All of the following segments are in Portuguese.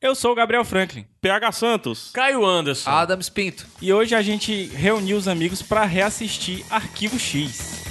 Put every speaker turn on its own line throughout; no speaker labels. Eu sou o Gabriel Franklin.
PH Santos.
Caio Anderson.
Adams Pinto.
E hoje a gente reuniu os amigos para reassistir Arquivo X.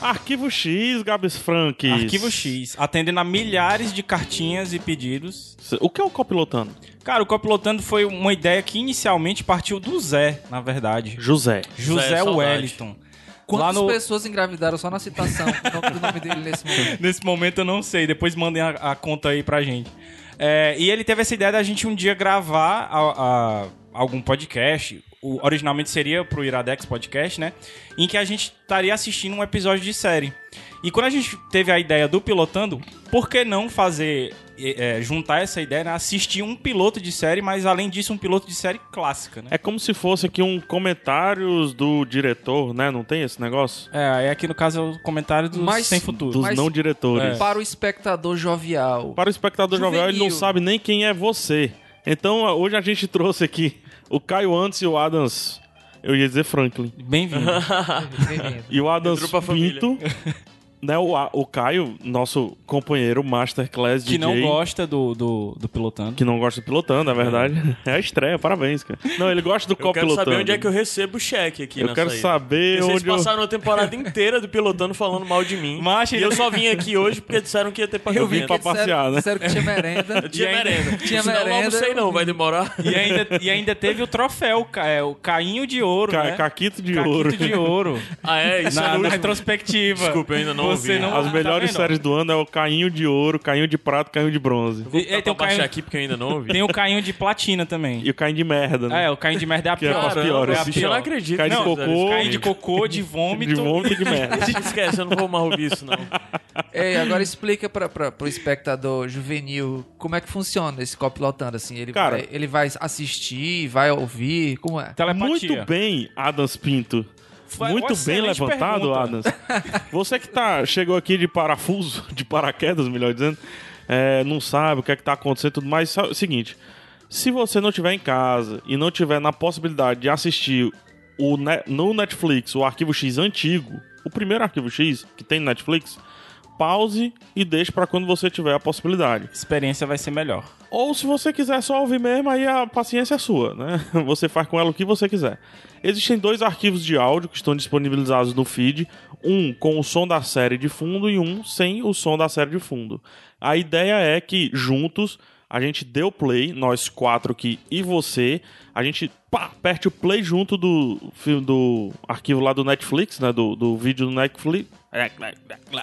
Arquivo X, Gabs Frank.
Arquivo X, atendendo a milhares de cartinhas e pedidos.
O que é o copilotando?
Cara, o Copilotando foi uma ideia que inicialmente partiu do Zé, na verdade.
José.
José
Zé, saudade.
Wellington. Lá
Quantas
no-
pessoas engravidaram só na citação do nome dele nesse momento?
Nesse momento eu não sei, depois mandem a, a conta aí pra gente. É, e ele teve essa ideia da gente um dia gravar a- a- algum podcast. O- originalmente seria pro Iradex Podcast, né? Em que a gente estaria assistindo um episódio de série. E quando a gente teve a ideia do pilotando, por que não fazer. é, é, juntar essa ideia, né? Assistir um piloto de série, mas além disso, um piloto de série clássica, né?
É como se fosse aqui um comentários do diretor, né? Não tem esse negócio?
É, aí aqui no caso é o comentário do
Mas-
Sem Futuro.
Dos
Mas-
não
É.
diretores.
é.
Para o espectador jovial.
Para o espectador
Juvenil.
jovial, ele não sabe nem quem é você. Então, hoje a gente trouxe aqui o Caio Antes e o Adams. Eu ia dizer Franklin.
Bem-vindo.
Bem-vindo.
E o Adams
Entrou pra família.
Pinto. Né, o, A- o Caio, nosso companheiro Masterclass
que
DJ.
não gosta do, do, do pilotando.
Que não gosta do pilotando, é verdade. É a estreia, parabéns, cara. Não, ele gosta do
Eu quero
copilotando.
saber onde é que eu recebo o cheque aqui
Eu
na
quero
saída.
saber
Porque Vocês
onde eu-
passaram a temporada inteira do pilotando falando mal de mim.
Mas
e
ele-
eu só vim aqui hoje porque disseram que ia ter pagamento.
Eu vim pra passear, né?
Disseram que tinha merenda.
Eu tinha
E ainda-
merenda.
Tinha
Senão eu
merenda.
não sei não, vai demorar.
E ainda, e ainda teve o troféu, ca- é, o cainho de ouro,
Ca-
né?
Caquito de
Caquito
ouro.
de ouro.
Ah, é? Isso
na,
é no
na
último.
retrospectiva.
Desculpa, eu ainda não
Você
ouvi. né?
não-
As
Ah,
melhores
tá vendo?
séries do ano é o Cainho de Ouro, Cainho de Prata, Cainho de Bronze.
Vou
E- e
botar
tem o
pra baixar
Caio-
aqui porque eu ainda não ouvi.
Tem o cainho de platina também.
E o Cainho de Merda,
Ah,
né?
É, o cainho de merda é a
Que é
pior.
as piores.
é a
bicho, eu
pior.
não acredito.
Cai de
nisso,
cocô.
velho.
Cainho de cocô, de vômito.
de vômito e de merda.
Deixa- Esquece, eu não vou mais ouvir isso, não.
Ei, agora explica pra, pra, pro espectador juvenil como é que funciona esse copilotando, assim. Ele,
Cara-
vai, ele vai assistir, vai ouvir, como é?
Telepatia.
Muito bem, Adams Pinto.
Foi uma
Muito bem
excelente
levantado,
pergunta.
Adams. Você que tá, chegou aqui de parafuso, de paraquedas, melhor dizendo, é, não sabe o que é que tá acontecendo e tudo mais. Sabe o seguinte, se você não tiver em casa e não tiver na possibilidade de assistir o ne- no Netflix o Arquivo X antigo, o primeiro Arquivo X que tem no Netflix, pause e deixe para quando você tiver a possibilidade.
Experiência vai ser melhor.
Ou se você quiser só ouvir mesmo, aí a paciência é sua, né? Você faz com ela o que você quiser. Existem dois arquivos de áudio que estão disponibilizados no feed, um com o som da série de fundo e um sem o som da série de fundo. A ideia é que juntos a gente dê o play, nós quatro aqui e você, a gente pá, aperte o play junto do fi- do arquivo lá do Netflix, né? Do, do vídeo do Netflix,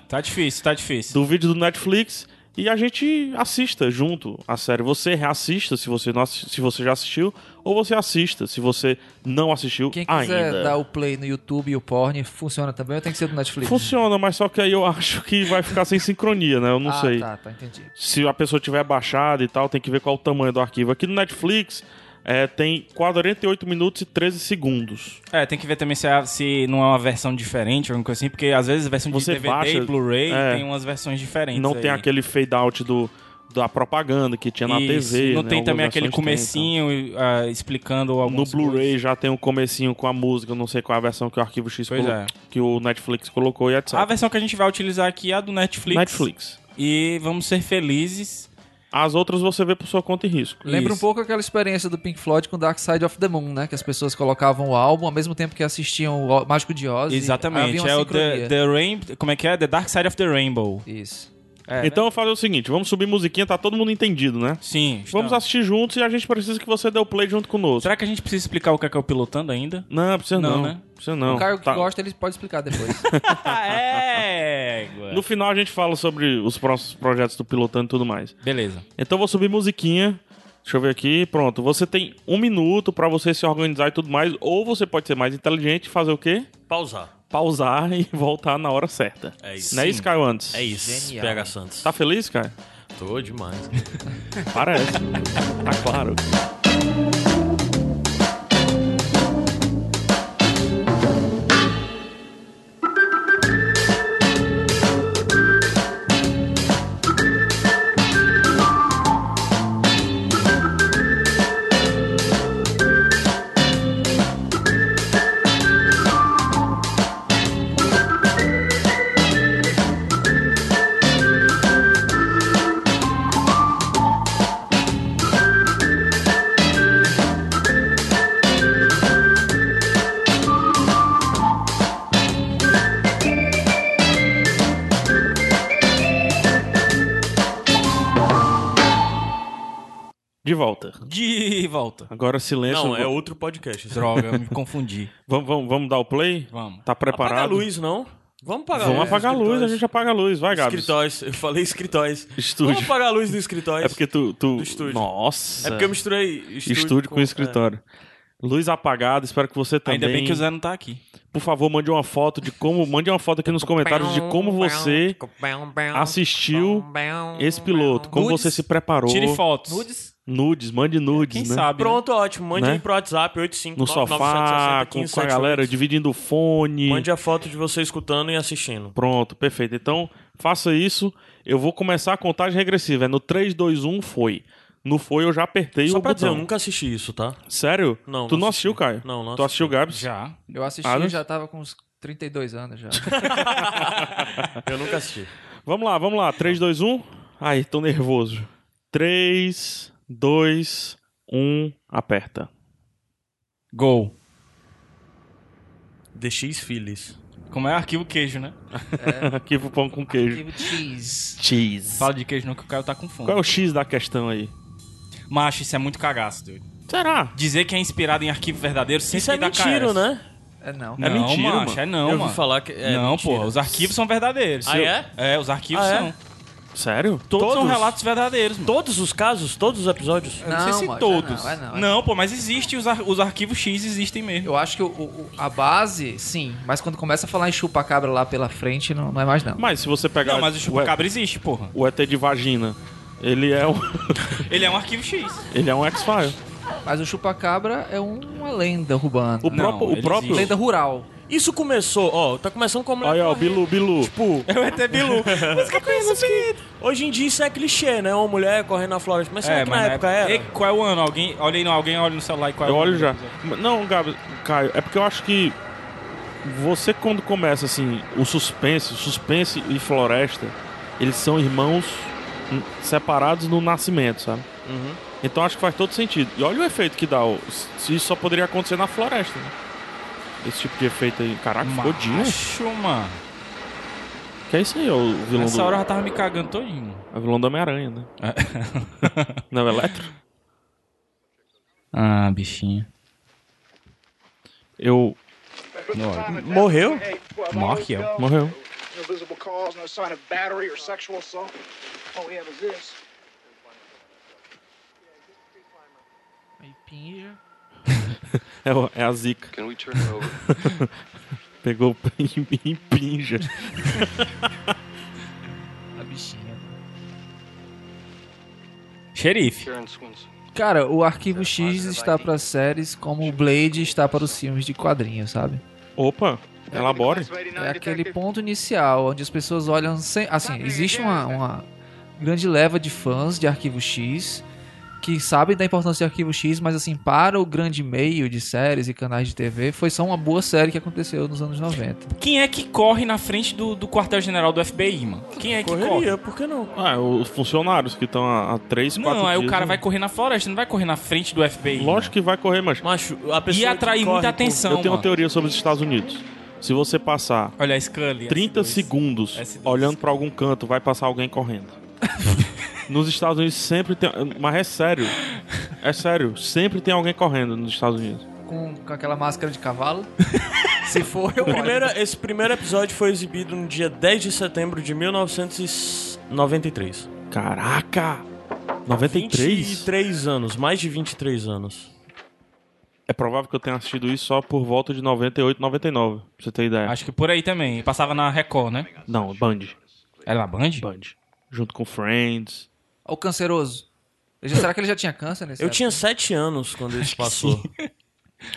Tá difícil, tá difícil.
é, do vídeo do Netflix e a gente assista junto a série. Você reassista se você, não assi- se você já assistiu, ou você assista se você não assistiu
Quem quiser
ainda.
dar o play no YouTube e o porn, funciona também ou tem que ser do Netflix?
Funciona, mas só que aí eu acho que vai ficar sem sincronia, né? Eu não
ah,
sei.
tá, tá, entendi.
Se a pessoa tiver baixado e tal, tem que ver qual o tamanho do arquivo. Aqui no Netflix é, tem 48 minutos e 13 segundos.
É, tem que ver também se, é- se não é uma versão diferente ou alguma coisa assim, porque às vezes a versão de
Você
DVD
baixa-
e Blu-ray
é.
tem umas versões diferentes.
não
aí.
tem aquele fade out do, da propaganda que tinha na
Isso,
TV.
Não
né?
tem
Algumas
também aquele
versões tem, então.
comecinho ah, explicando
No
algumas
Blu-ray
coisas.
já tem um comecinho com a música, eu não sei qual é a versão que o Arquivo X
Pois
colo-
é.
que o Netflix colocou e etc.
A versão que a gente vai utilizar aqui é a do Netflix.
Netflix.
E vamos ser felizes.
As outras você vê por sua conta e risco.
Lembra um
Isso.
pouco aquela experiência do Pink Floyd com Dark Side of the Moon, né? Que as pessoas colocavam o álbum ao mesmo tempo que assistiam o Mágico de Oz. e havia
Exatamente.
uma
É o the,
sincronia.
the Rain... Como é que é? The Dark Side of the Rainbow.
Isso.
É,
então eu vou fazer o seguinte, vamos subir musiquinha, tá todo mundo entendido, né?
Sim.
Vamos
então.
assistir juntos e a gente precisa que você dê o play junto conosco.
Será que a gente precisa explicar o que é, que é o pilotando ainda?
Não, precisa não.
Não,
Não,
né?
precisa não.
o Caio que
Tá.
gosta, ele pode explicar depois.
é!
No final a gente fala sobre os próximos projetos do Pilotando e tudo mais.
Beleza.
Então eu vou subir musiquinha. Deixa eu ver aqui. Pronto, você tem um minuto pra você se organizar e tudo mais. Ou você pode ser mais inteligente e fazer o quê?
Pausar.
pausar e voltar na hora certa.
É isso.
Não é isso, Caio Antes?
É isso.
Genial.
PH Santos.
Tá feliz, Caio?
Tô demais.
Parece. tá claro. De volta.
De volta.
Agora silêncio.
Não, é outro podcast. isso.
Droga, eu me confundi.
Vamos, vamos, vamos dar o play?
Vamos.
Tá preparado?
Apaga a luz, não? Vamos apagar
Vamos
a luz. tá
apagar a luz, a
escritórios.
gente apaga a luz. Vai, Gabs.
Escritórios. Eu falei escritórios.
Estúdio.
Vamos apagar a luz do escritório.
É porque tu. tu...
Do estúdio.
Nossa.
É porque eu misturei estúdio, é,
estúdio, com, escritório. Luz apagada, espero que você também.
Ainda bem que o Zé não tá aqui.
Por favor, mande uma foto de como. Mande uma foto aqui nos comentários de como você assistiu esse piloto, como
Nudes.
você se preparou.
Tire fotos.
Nudes?
Nudes, mande nudes,
Quem
né?
sabe?
É.
né?
Pronto, ótimo. Mande
Né?
aí pro WhatsApp 85
No sofá, com, com a galera, dividindo o fone.
Mande a foto de você escutando e assistindo.
Pronto, perfeito. Então, faça isso. Eu vou começar a contagem regressiva. É no 3, 2, 1, foi. No foi, eu já apertei
Só
o
pra dizer,
botão.
eu nunca assisti isso, tá?
Sério?
Não,
Tu
não
não assistiu,
assisti.
Caio?
Não, não
Tu assistiu, Gabs?
Já.
Eu assisti
Ah, não?
e já tava com uns 32 anos já.
Eu nunca assisti.
Vamos lá, vamos lá. 3, 2, 1. Ai, tô nervoso. 3, 2, 1, aperta.
Gol.
DX Phillies.
Como é arquivo queijo, né?
Aqui pro pão com queijo.
Arquivo cheese.
Cheese.
Fala de queijo não que o Caio tá com fome.
Qual é o X da questão aí?
Macho, isso é muito cagaço, dude.
Será?
Dizer que é inspirado em arquivo verdadeiro sempre
Isso é
dá
mentira,
caras.
né?
É não.
Não,
É mentira,
macho,
mano.
é não,
eu
mano.
ouvi falar que. É
não,
mentira.
pô, os arquivos são verdadeiros.
Ah,
Eu-
é?
É, os arquivos
Ah, é?
são.
Sério?
Todos, são
Todos?
relatos verdadeiros, mano.
Todos os casos, todos os episódios.
Eu não sei se
mano, é
todos.
não, é não, é
pô, mas existe, os, ar- os arquivos X existem mesmo.
Eu acho que o- o- o- a base, sim. Mas quando começa a falar em chupa-cabra lá pela frente, não, não é mais não.
Mas se você pegar
Não, mas o
o, E-
chupacabra existe, porra.
o ET de vagina, ele é um,
Ele é um arquivo X.
ele é um X-File.
Mas o chupa-cabra é uma lenda urbana.
O
Não,
próprio, o
ele
próprio.
existe.
Lenda rural.
Isso começou, ó, tá começando com a mulher
Olha, ó,
correndo.
Bilu, Bilu.
Tipo,
É o ET Bilu. assim?
hoje em dia isso é clichê, né? Uma mulher correndo na floresta. Mas será que na
É, mas
época era?
Ei, qual é o ano? Alguém, olha aí, não, alguém olha no celular e qual é
Eu
o ano
olho
do
já.
episódio?
Não, Gabi, Caio, é porque eu acho que você quando começa assim, o suspense, suspense e floresta, eles são irmãos hum, separados no nascimento, sabe?
Uhum.
Então acho que faz todo sentido. E olha o efeito que dá. ó, Se isso só poderia acontecer na floresta, né? Esse tipo de efeito aí. Caraca, ficou Dio.
Macho, mano.
Que é isso aí, ó, o vilão
Nessa
do,
hora eu já tava me cagando todinho.
é o vilão do Homem-Aranha, né? Não, é Electro?
Ah, bichinho.
Eu...
Morreu?
Morreu.
Morreu.
No visible cause, no sign of battery or sexual assault. All we have is this.
Aí pinja.
É, o- é a zica.
Can we turn it over?
Pegou e impinja.
A bichinha.
Xerife.
Karen Swinson.
Cara, o Arquivo X está para séries como o Blade está para os filmes de quadrinhos, sabe?
Opa, elabore.
É
tá
aquele ponto inicial onde as pessoas olham sem. Assim, existe uma, uma grande leva de fãs de Arquivo X que sabem da importância de Arquivo X, mas assim, para o grande meio de séries e canais de TV, foi só uma boa série que aconteceu nos anos 90.
Quem é que corre na frente do, do quartel-general do FBI, mano? Quem é que corre?
Correria, por que não?
Ah, os funcionários que estão há 3, 4 dias.
Não, aí o cara
né?
vai correr na floresta, não vai correr na frente do FBI.
Lógico que vai correr, mas.
Macho, a pessoa.
Ia atrair
que corre
muita
por-
atenção.
eu tenho uma
mano.
teoria sobre os Estados Unidos. Se você passar
Olha a Scully.
30
S2.
segundos
S2.
olhando pra algum canto, vai passar alguém correndo. nos Estados Unidos sempre tem. Mas é sério. É sério. Sempre tem alguém correndo nos Estados Unidos.
Com, com aquela máscara de cavalo. Se for, eu
O
olho.
primeiro- esse primeiro episódio foi exibido no dia 10 de setembro de 1993.
Caraca! 93?
23 anos, mais de 23 anos.
É provável que eu tenha assistido isso só por volta de 98, 99. Pra você ter ideia.
Acho que por aí também. Passava na Record, né?
Não, Band.
Era na Band?
Band. Junto com Friends.
Olha o canceroso. Ele já- será que ele já tinha câncer nesse
Eu tinha 7 anos quando isso passou.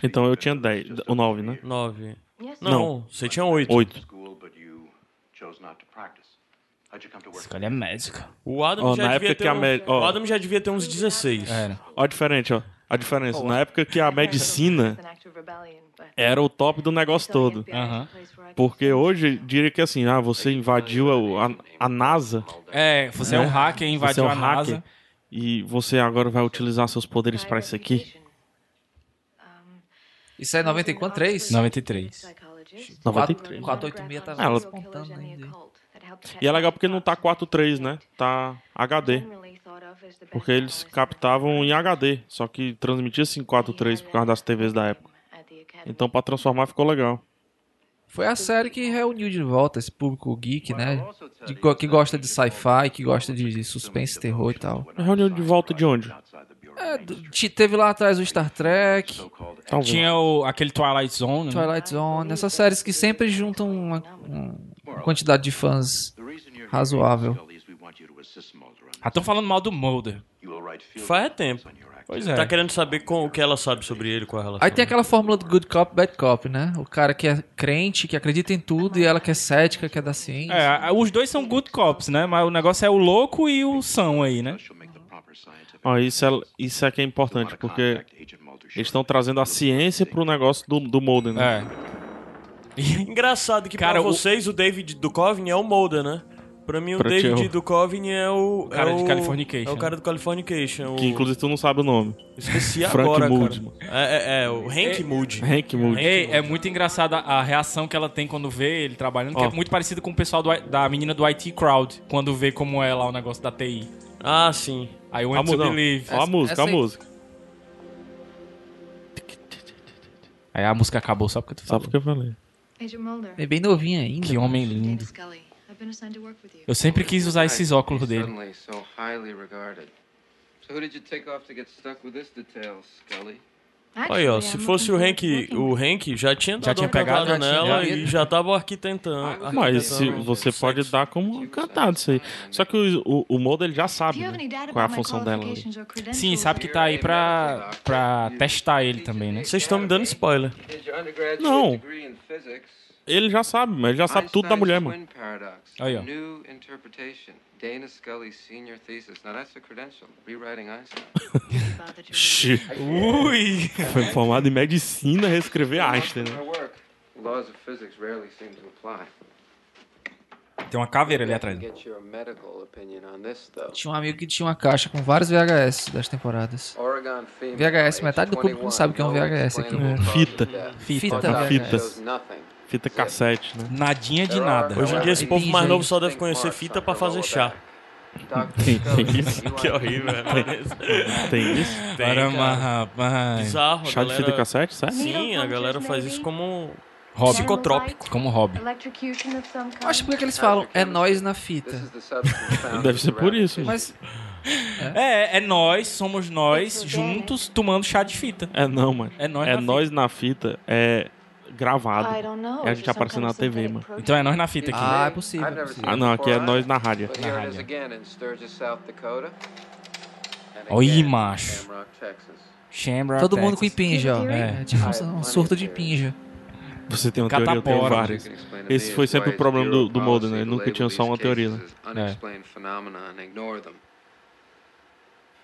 Então eu tinha 10, ou 9, né?
9. Não,
Não.
você tinha 8.
8.
School, but you chose not to practice. How'd you come to work?
Scully é médica.
O Adam,
Ó,
já
na
devia
época
ter
que a
um-
Mel- ó.
o Adam já devia ter uns 16.
Era.
Ó a diferença, ó. A diferença. Na época que a medicina era o top do negócio todo.
Aham.
Porque hoje diria que assim, ah, você invadiu a, a- a NASA,
É, você é, um hacker, invadiu
você é um
a NASA.
hacker, e você agora vai utilizar seus poderes pra isso aqui.
Isso é 90 e quanto? 3?
93.
93.
486 tava
Ah, Ela- é
despontando ainda.
tá E é legal porque não tá 4.3, né? Tá HD. né? Porque eles captavam em HD, só que transmitia 543 por causa das TVs da época. Então, pra transformar, ficou legal.
Foi a série que reuniu de volta esse público geek, né? De go- que gosta de sci-fi, que gosta de de suspense, terror e tal.
Reuniu de volta de onde?
É, do- te- teve lá atrás o Star Trek,
Talvez.
Tinha o- aquele Twilight Zone. né?
Twilight Zone, essas séries que sempre juntam uma, uma quantidade de fãs. Razoável.
Ah, estão falando mal do Mulder.
Faz tempo.
Pois é.
Tá querendo saber com, o que ela sabe sobre ele, qual a relação.
Aí tem aquela fórmula do good cop, bad cop, né? O cara que é crente, que acredita em tudo, e ela que é cética, que é da ciência.
É, a- os dois são good cops, né? Mas o negócio é o louco e o são aí, né?
Ó, isso, é, isso é que é importante, porque eles estão trazendo a ciência pro negócio do, do Molden, né?
É.
Engraçado que
Cara,
pra
o-
vocês o, David Duchovny é o Mulder, né? Pra mim o
Pra ti,
David
eu-
Duchovny é o...
cara
é
de
o-
Californication.
É o cara do Californication. o-
Que inclusive tu não sabe o nome.
Esqueci
Frank
agora,
Moody, mano.
cara. É, é, é, o Hank Moody.
Hank Moody.
Ei, é muito engraçada a reação que ela tem quando vê ele trabalhando, que
Ó.
é muito parecido com o pessoal do I- da menina do IT Crowd, quando vê como é lá o negócio da TI.
Ah, sim.
I
A,
want
mu-
to
não,
believe.
ó a música,
essa
a
aí-
música.
Aí a música acabou só porque tu
Só
falou.
porque eu falei.
Major Mulder.
É bem novinha ainda.
Que homem
Dana
lindo.
Scully. I've been assigned to work with you.
Eu sempre quis usar esses óculos dele.
Suddenly so highly regarded. So who did you take off to get stuck with this detail, Scully?
Aí, ó,
Actually,
se
I'm
fosse o
looking
Hank,
forward to
o
working
Hank já tinha dado
Já tinha
uma cantada
pegado,
já tinha
nela
pegado.
e já tava arquitetando.
Mas se
arquitetando
você
sexo.
pode dar como uma cantada isso aí. Só que o, o, o Mulder, ele já sabe né, qual é a função dela. ali.
Sim, sabe que tá aí pra, pra testar ele também, né?
Vocês estão me dando spoiler.
Did your undergraduate
Não.
degree in physics?
Ele já sabe, mas ele já
Ah,
sabe tudo da
Einstein's
mulher, mano.
twin Paradox.
Aí, ó.
New interpretation. Dana Scully's senior thesis. Now that's a credential. Rewriting Einstein.
father to her.
Xi,
Uh, Ui!
Foi formado em medicina, reescrever Einstein, né?
Her work. Laws of physics rarely seem to apply.
Tem uma caveira ali
I can
atrás.
get your medical opinion on this, though.
Tinha um amigo que tinha uma caixa com vários VHS das temporadas.
Oregon female,
VHS,
age
metade do público não
21,
sabe o que é um
no
VHS aqui.
explainable cause of
Fita.
death.
Fita. tá?
Fita.
Autopsy
Fita.
shows nothing.
Fita cassete, né?
Nadinha de nada.
Hoje em dia esse
E
povo
pinja,
mais
hein?
novo só deve conhecer fita pra fazer chá.
Tem, tem isso.
Que horrível, né?
Tem isso?
Caramba, rapaz.
Bizarro, a
Chá de fita
galera-
cassete, sério?
Sim, a galera faz isso como
Hobby.
psicotrópico.
Como hobby.
Electrocution of some
Eu acho que
kind.
por que eles falam é nós na fita.
Deve ser por isso. mano.
Mas
É, é nós, somos nós, juntos, tomando chá de fita.
É não, mano.
É nós
É
na
nós na fita é
I
gravado.
don't know.
É a
Is
gente
there some
aparecendo
kind
na
of
TV,
synthetic
mano.
protein?
Então é nós na fita aqui.
Ah, é possível, é possível.
Ah, não, aqui é nós na rádio.
rádio. Oi,
Oi,
macho.
macho. Ah.
Shamrock
todo mundo
Texas.
com impinja, ó.
É.
É, tipo um, um surto de impinja.
Você tem uma teoria, eu tenho
Catapora.
várias. Esse foi sempre o problema do- do Mulder, né? Ele nunca tinha só uma teoria, né?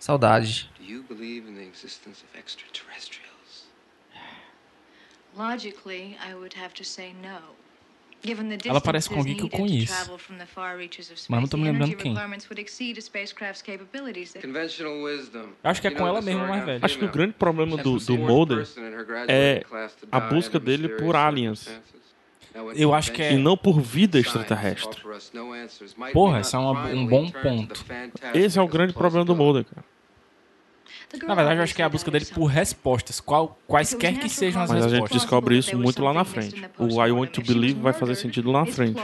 Saudade.
Logically, I would have to say no. Given the
Ela parece com alguém
distances
que eu
needed to
conheço.
travel from the far reaches of space,
Mas não tô me
the
lembrando
energy
quem.
requirements would exceed a spacecraft's capabilities.
É.
Acho que é com ela mesmo, mais velho.
Acho que o grande problema do, do Mulder é a busca dele por aliens.
Eu acho que é-
e não por vida extraterrestre.
Porra, essa é uma- um bom ponto.
Esse é o grande problema do Mulder, cara.
Na verdade, eu acho que é a busca dele por respostas, qual, quaisquer que sejam as
Mas a gente
respostas.
descobre isso muito lá na frente. O I Want to Believe vai fazer sentido lá na frente.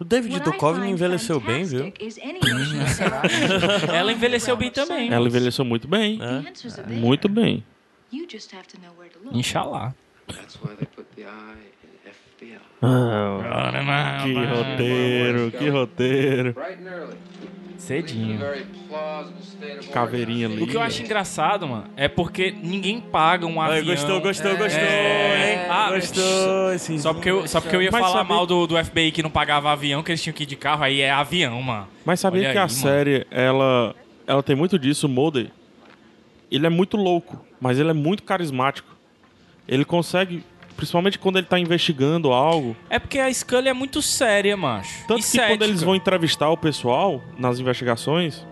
O David Duchovny envelheceu bem, viu?
Ela envelheceu bem também.
Ela envelheceu muito bem. Muito bem.
Inxalá.
que roteiro, que roteiro.
Cedinho.
Caveirinha ali.
O que eu acho engraçado, mano, é porque ninguém paga um
Ai,
avião.
gostou, gostou, gostou,
É.
hein?
Ah,
gostou. esse
Só porque, eu, só porque eu ia
Mas
falar
sabe-
mal do, do FBI que não pagava avião, que eles tinham que ir de carro, aí é avião, mano.
Mas sabia
Olha
que a
aí, mano.
série, ela, ela tem muito disso, o Mulder. Ele é muito louco, mas ele é muito carismático. Ele consegue, principalmente quando ele tá investigando algo.
É porque a Scully é muito séria, macho.
Tanto
E
que quando
cética.
eles vão entrevistar o pessoal nas investigações,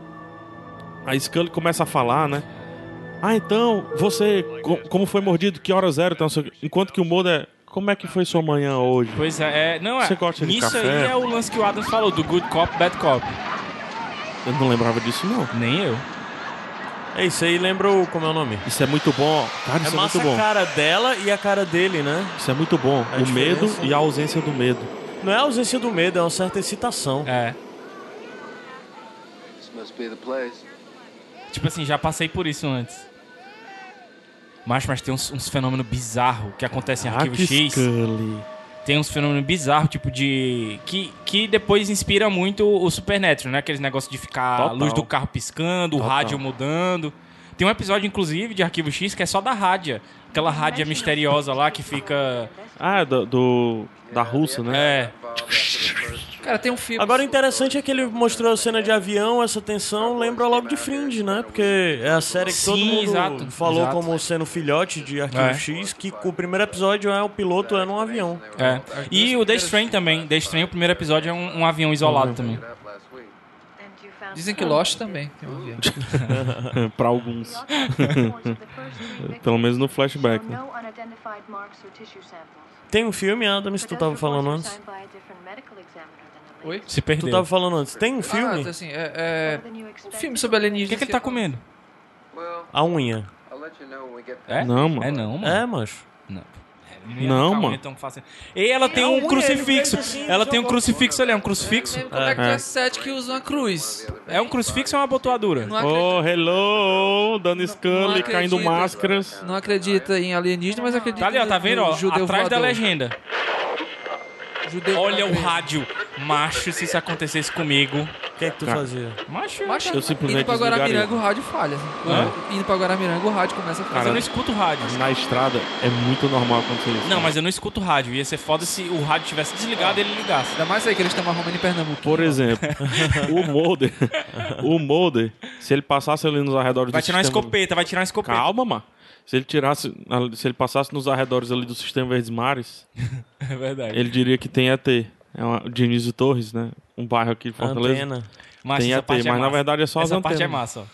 a Scully começa a falar, né? Ah, então, você, co- como foi mordido, que hora zero, então, não sei o quê. enquanto que o Mulder, como é que foi sua manhã hoje?
Pois é, é- não é.
Você gosta de
Nisso
café?
aí é o lance que o Adam falou, do good cop, bad cop.
Eu não lembrava disso, não.
Nem eu.
É isso aí, lembra o, como é o nome?
Isso é muito bom. Cara,
É
isso é,
massa
muito
a
bom.
cara dela e a cara dele, né?
Isso é muito bom.
A
o medo
diferença,
e a ausência do medo.
Não é a ausência do medo, é uma certa excitação.
É.
This must be the place.
Tipo assim, já passei por isso antes. Mas, mas tem uns, uns fenômenos bizarros que acontecem em Arquivo
Hack
X.
Ah, Scully.
Tem uns fenômenos bizarros, tipo de. Que, que depois inspira muito o Supernatural, né? Aqueles negócios de ficar a
Total.
luz do carro piscando, o
Total.
rádio mudando. Tem um episódio, inclusive, de Arquivo X que é só da rádia. Aquela rádia misteriosa lá que fica.
Ah, do, do- da russa, né?
É.
Cara, tem um filme.
Agora, o interessante é que ele mostrou a cena de avião, essa tensão lembra logo de Fringe, né? Porque é a série que todo
Sim,
mundo
exato,
falou
exato.
como sendo filhote de Arquivo
É.
X, que o primeiro episódio é o piloto é num avião.
é. E o The Strain também. The Strain, o primeiro episódio é um, um avião isolado também.
And you found
Dizem que Lost também tem um avião.
pra alguns. Pelo menos no flashback, né?
No unidentified marks or tissue samples.
Tem um filme, Adam, se tu tava falando antes.
Oi?
Se
Tu
perdeu.
tá
tava falando antes. Tem um filme?
Ah, assim, é, é, um filme sobre assim,
O que,
alienígenas.
que ele tá comendo?
Well,
A unha.
I'll let you know when we get
É?
Não, mano.
É não, mano.
É, macho.
Não.
Não,
Calma,
mano.
então faça- E ela tem
Não,
um
ele
crucifixo.
fez assim,
Ela tem um
jogou.
crucifixo ali, é um crucifixo.
Como é que
É.
é sete que usa uma cruz?
É um crucifixo ou é uma abotoadura?
Não acredito,
Oh, hello, Dana
não
Scully
acredito.
caindo máscaras.
não acredita em alienígena, mas acredita
Tá ali, ó, tá vendo? Ó,
no judeu
atrás da
voador.
legenda.
Judeu
Olha o
voador.
rádio. Macho, se isso acontecesse comigo.
O que é que tu
Tá.
fazia?
Macho, é
Mas
Eu simplesmente
indo pra
desligaria.
Guaramiranga o rádio falha. Quando Indo pra Guaramiranga o rádio começa a
mas eu
falhar.
não escuto rádio.
Na estrada é muito normal acontecer isso.
Não, mas eu não escuto rádio. Ia ser foda se o rádio tivesse desligado e ele ligasse.
Ainda mais aí que eles estão arrumando em Pernambuco.
Por exemplo, o Mulder, o Mulder, se ele passasse ali nos arredores
Vai
do
tirar uma
sistema...
escopeta, vai tirar uma escopeta.
Calma, mano. Se ele tirasse, se ele passasse nos arredores ali do sistema Verdes Mares,
É verdade.
ele diria que tem ET. É uma Dionísio Torres, né? Um bairro aqui de Fortaleza.
Antena.
Macho,
tem
essa
ET,
parte
mas na
massa.
verdade é só as
Essa parte é
antenas.
massa,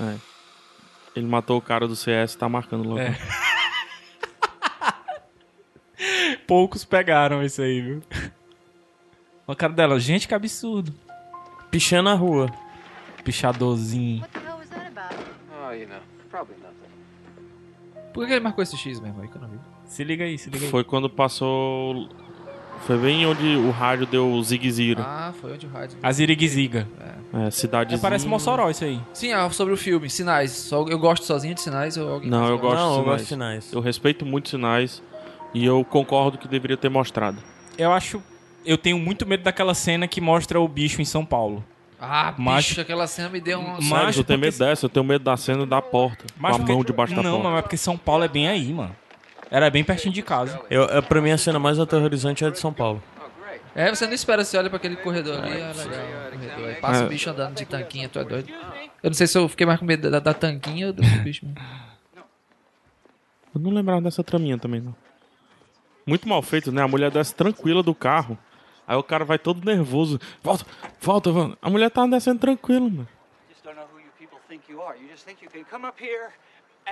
ó.
Ele matou o cara do CS, tá marcando logo.
É. Poucos pegaram isso aí, viu? Olha a cara dela. Gente, que absurdo.
Pichando a rua.
Pichadorzinho.
What the hell was that about?
Oh, you know, probably nothing.
Por que que ele marcou esse X mesmo aí que eu não vi?
Se liga aí, se liga aí.
Foi quando passou. Foi bem onde o rádio deu o zigue-ziro.
Ah, foi onde o rádio.
A ziriguiziga.
É, cidadezinha.
É, parece Mossoró isso aí.
Sim, ah, sobre o filme, sinais. Só, eu gosto sozinho de sinais ou alguém.
Não, eu gosto
Não,
de
eu
sinais.
gosto de sinais.
Eu respeito muito sinais e eu concordo que deveria ter mostrado.
Eu acho... Eu tenho muito medo daquela cena que mostra o bicho em São Paulo.
Ah, bicho,
Mas-
aquela cena me deu um.
Mas
Mas eu tenho
porque-
medo dessa, eu tenho medo da cena da porta.
Mas
com a
porque-
mão debaixo da
Não,
porta.
mas é porque São Paulo é bem aí, mano. Era bem pertinho de casa.
Eu, é, pra mim, a cena mais aterrorizante é a de São Paulo.
Oh, great.
É, você não espera, você olha pra aquele corredor ali, é legal. o Corredor. Aí passa
É.
o bicho andando de tanquinha, tu é doido. Eu não sei se eu fiquei mais com medo da, da tanquinha ou do bicho. mesmo.
Eu não lembrava dessa traminha também, não. Muito mal feito, né? A mulher desce tranquila do carro. Aí o cara vai todo nervoso. Volta, volta, volta. A mulher tá descendo tranquila, mano.
just don't know who you people think you are. You just think you can come up here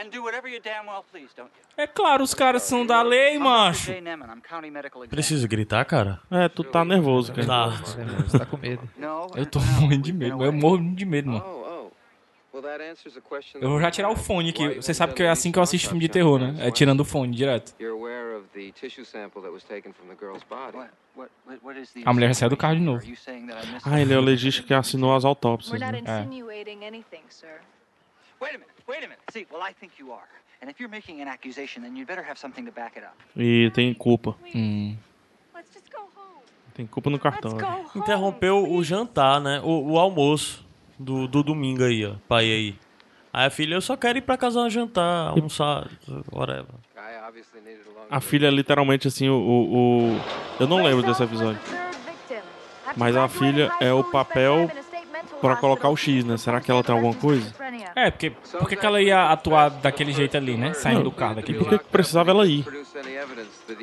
and do whatever you damn well please, don't you?
É claro, os caras são da lei,
I'm
macho.
Dr. Jay Neman. I'm county medical examiner.
Preciso gritar, cara?
É, tu tá nervoso, cara.
Tá.
Você tá com medo.
No.
Eu tô
no,
morrendo de
we've been
medo. Eu
away.
morro de medo, mano.
Oh, oh. Well, that answers a question
Eu vou já tirar o fone aqui. Você sabe que é assim que eu assisto filme de terror, né? É tirando o fone direto.
You're aware of the tissue sample that was taken from the girl's body.
What- what- what- what is the
A mulher já saiu do carro de novo.
Are you saying that I missed-
Ah, ele é o legista que assinou as
We're
autópsias.
not
Né?
É.
insinuating anything, sir.
Wait a minute. Wait a minute. See, well, I think you are. And if you're making an accusation, then you'd better have something to back it up.
E tem culpa.
Hum.
Let's just go home.
Tem culpa no cartão. né?
Interrompeu o jantar, né? O, o almoço do, do domingo aí, ó. Pai aí. Aí a filha, eu só quero ir pra casa jantar, almoçar, whatever.
I obviously needed a long
A filha é literalmente assim, o, o- o- Eu não lembro desse episódio. Mas a filha é o papel pra colocar o X, né? Será que ela tem alguma coisa?
É, porque por que que ela ia atuar daquele jeito ali, né? Saindo
Não,
do carro
E
daquele
por
jeito.
que, que precisava ela ir?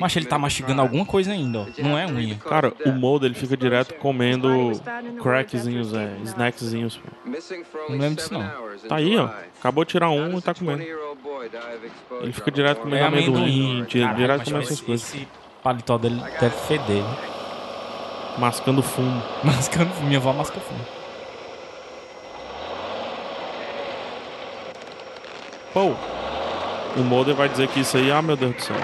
Mas ele tá mastigando alguma coisa ainda, ó. Não é unha.
Cara, o Mulder ele fica direto comendo crackzinhos, é, snackzinhos. pô.
Não
lembro disso, não.
Tá aí, ó. Acabou de tirar um e tá comendo. Ele fica direto
É
comendo
amendoim,
amendoim, di-
Caralho,
direto
mas
comendo
esse-
essas coisas.
Esse paletó dele deve feder. né?
Mascando fumo.
Mascando, minha avó masca fumo.
Pô, o Mulder vai dizer que isso aí, ah, meu Deus do céu.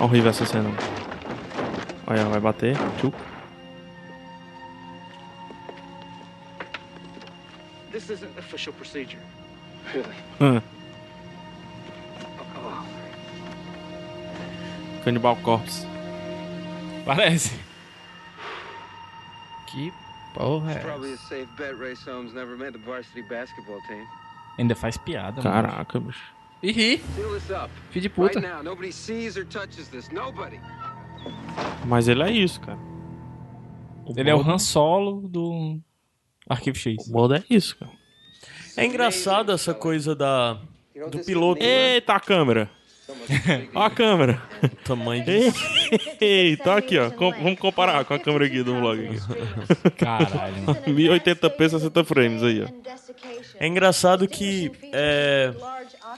Horrível essa cena. Olha, vai bater. Tchuc.
This isn't official procedure.
Hã. Cannibal Corpse.
Parece.
Que porra é
Probably a
essa?
safe bet Ray Soames never made the varsity basketball team.
Ainda faz piada, mano.
Caraca, bicho.
Ih, ri,
Seal this up.
filho de
Right
puta.
now, nobody sees or touches this. Nobody.
Mas ele é isso, cara.
Ele é o
Mulder-
Han Solo do Arquivo X.
O Mulder é isso, cara.
É engraçado essa coisa da do piloto.
Eh.
né?
Eita, a câmera. Ó a câmera.
Tamanho de...
Eita, aqui, ó.
é.
Com- vamos comparar com a câmera aqui do vlog. Aqui.
Caralho, mano.
1080p, 60 frames aí, ó.
É engraçado que
um
é,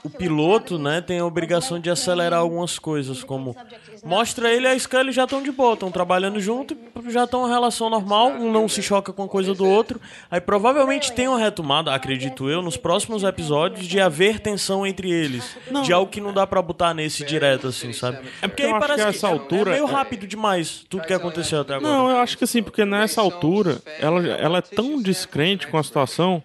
o piloto, né, tem a obrigação de acelerar algumas coisas, como mostra ele e a Scully já estão de boa, estão trabalhando junto, já estão em uma relação normal, um não se choca com a coisa do outro. Aí provavelmente tem uma retomada, acredito eu, nos próximos episódios de haver tensão entre eles, de algo que não dá pra botar nesse direto assim, sabe? É porque
Eu
aí
acho
parece
que a
que
essa altura
é meio
é-
rápido demais tudo que aconteceu até agora. um
Não, eu acho que assim, porque nessa altura ela,
né?
ela é tão descrente com a situação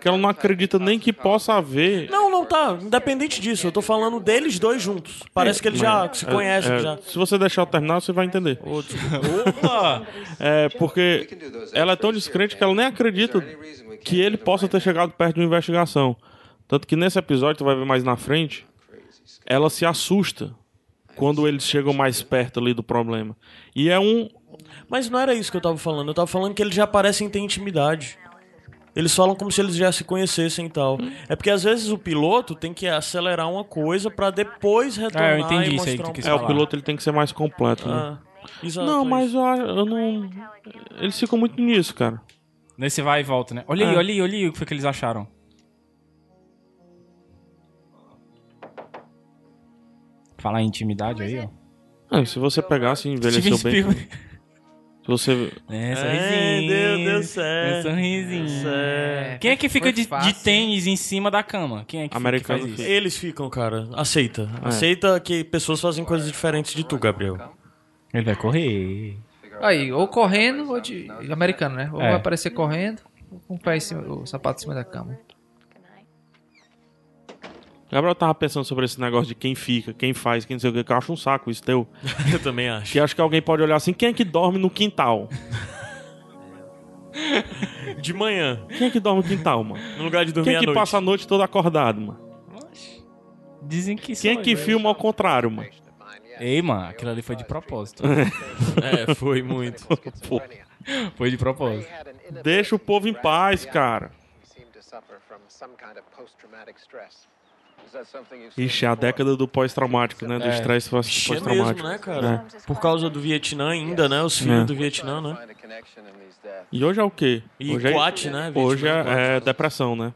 que ela não acredita nem que possa haver.
Não, não tá. Independente disso, eu tô falando deles dois juntos. Parece que eles já se conhecem,
É, é,
já.
Se você deixar eu terminar, você vai entender.
Opa!
É porque ela é tão descrente que ela nem acredita que ele possa ter chegado perto de uma investigação. Tanto que nesse episódio, tu vai ver mais na frente, ela se assusta quando eles chegam mais perto ali do problema. E é um.
Mas não era isso que eu tava falando. Eu tava falando que eles já parecem ter intimidade. Eles falam como se eles já se conhecessem e tal.
Hum.
É porque às vezes o piloto tem que acelerar uma coisa pra depois retornar
Ah, eu entendi
e
isso aí que
mostrar
tu
um
quis
É, o
falar. Hum.
piloto ele tem que ser mais completo, né?
Ah, exato,
Não,
é
mas
isso.
eu, eu não. Eles ficam muito nisso, cara.
Nesse vai e volta, né? Olha aí,
É.
olha aí, olha aí o que foi que eles acharam. Falar em intimidade aí, ó.
Ah, se você pegar, assim, envelheceu bem. Se você.
É,
Ai,
sorrisinho.
Deus, é. deu
Um
certo.
sorrisinho.
Certo.
Quem é que fica
Foi
de, de
fácil,
tênis em cima da cama? Quem é que, fica- que
Americano
faz isso?
fica.
Eles ficam, cara. Aceita.
É.
Aceita que pessoas fazem coisas diferentes de tu, Gabriel.
Ele vai correr.
Aí, ou correndo, ou de. Americano, né? Ou
É.
vai aparecer correndo, ou com o pé em cima, o sapato em cima da cama.
Gabriel tava pensando sobre esse negócio de quem fica, quem faz, quem não sei o que, que eu acho um saco isso teu.
Eu também acho.
Que acho que alguém pode olhar assim, quem é que dorme no quintal?
De manhã,
Quem é que dorme no quintal, mano?
no lugar de dormir
Quem é
à
que
noite.
passa a noite toda acordado, mano?
Dizem que
Quem é
sou
que
eu.
filma ao contrário, mano?
Ei, mano, aquilo ali foi de propósito.
É, foi muito.
Pô,
foi de propósito.
deixa o povo em paz, cara.
Is that something you've seen
Ixi, é a década do pós-traumático, né? Do
É.
estresse
Ixi, é
pós-traumático.
mesmo, né, cara? Por causa do Vietnã ainda, né? Os filhos
É.
do Vietnã, né?
find a connection in these deaths?
E hoje é o quê?
E
hoje é,
Quat, né? Vietnã
Hoje
e Quat.
é, é depressão, né?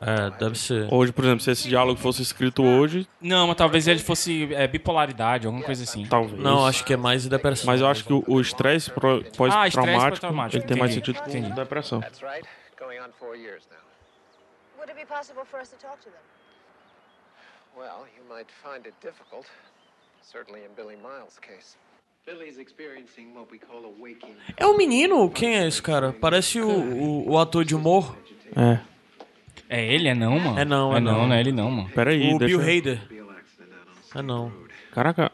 É, deve ser.
Hoje, por exemplo, se esse diálogo fosse escrito hoje,
Não, mas talvez ele fosse é, bipolaridade, alguma coisa assim.
talvez.
Não, acho que é mais depressão.
Mas eu acho que o o estresse pro-
Ah, estresse
pós-traumático
pós-traumático,
ele tem mais
entendi,
sentido com
entendi.
depressão.
É.
That's right. Going on four years now.
Would it be possible for us to talk to them?
Well, you might find it difficult. Certainly in Billy Miles' case.
Billy's experiencing what we call a waking.
É o menino? Quem é esse cara? Parece o, o, o ator de humor.
É,
É ele? É não, mano?
É não, é
não.
não.
não é ele não, mano.
peraí.
O
deixa
Bill
eu-
Hader. É não.
Caraca,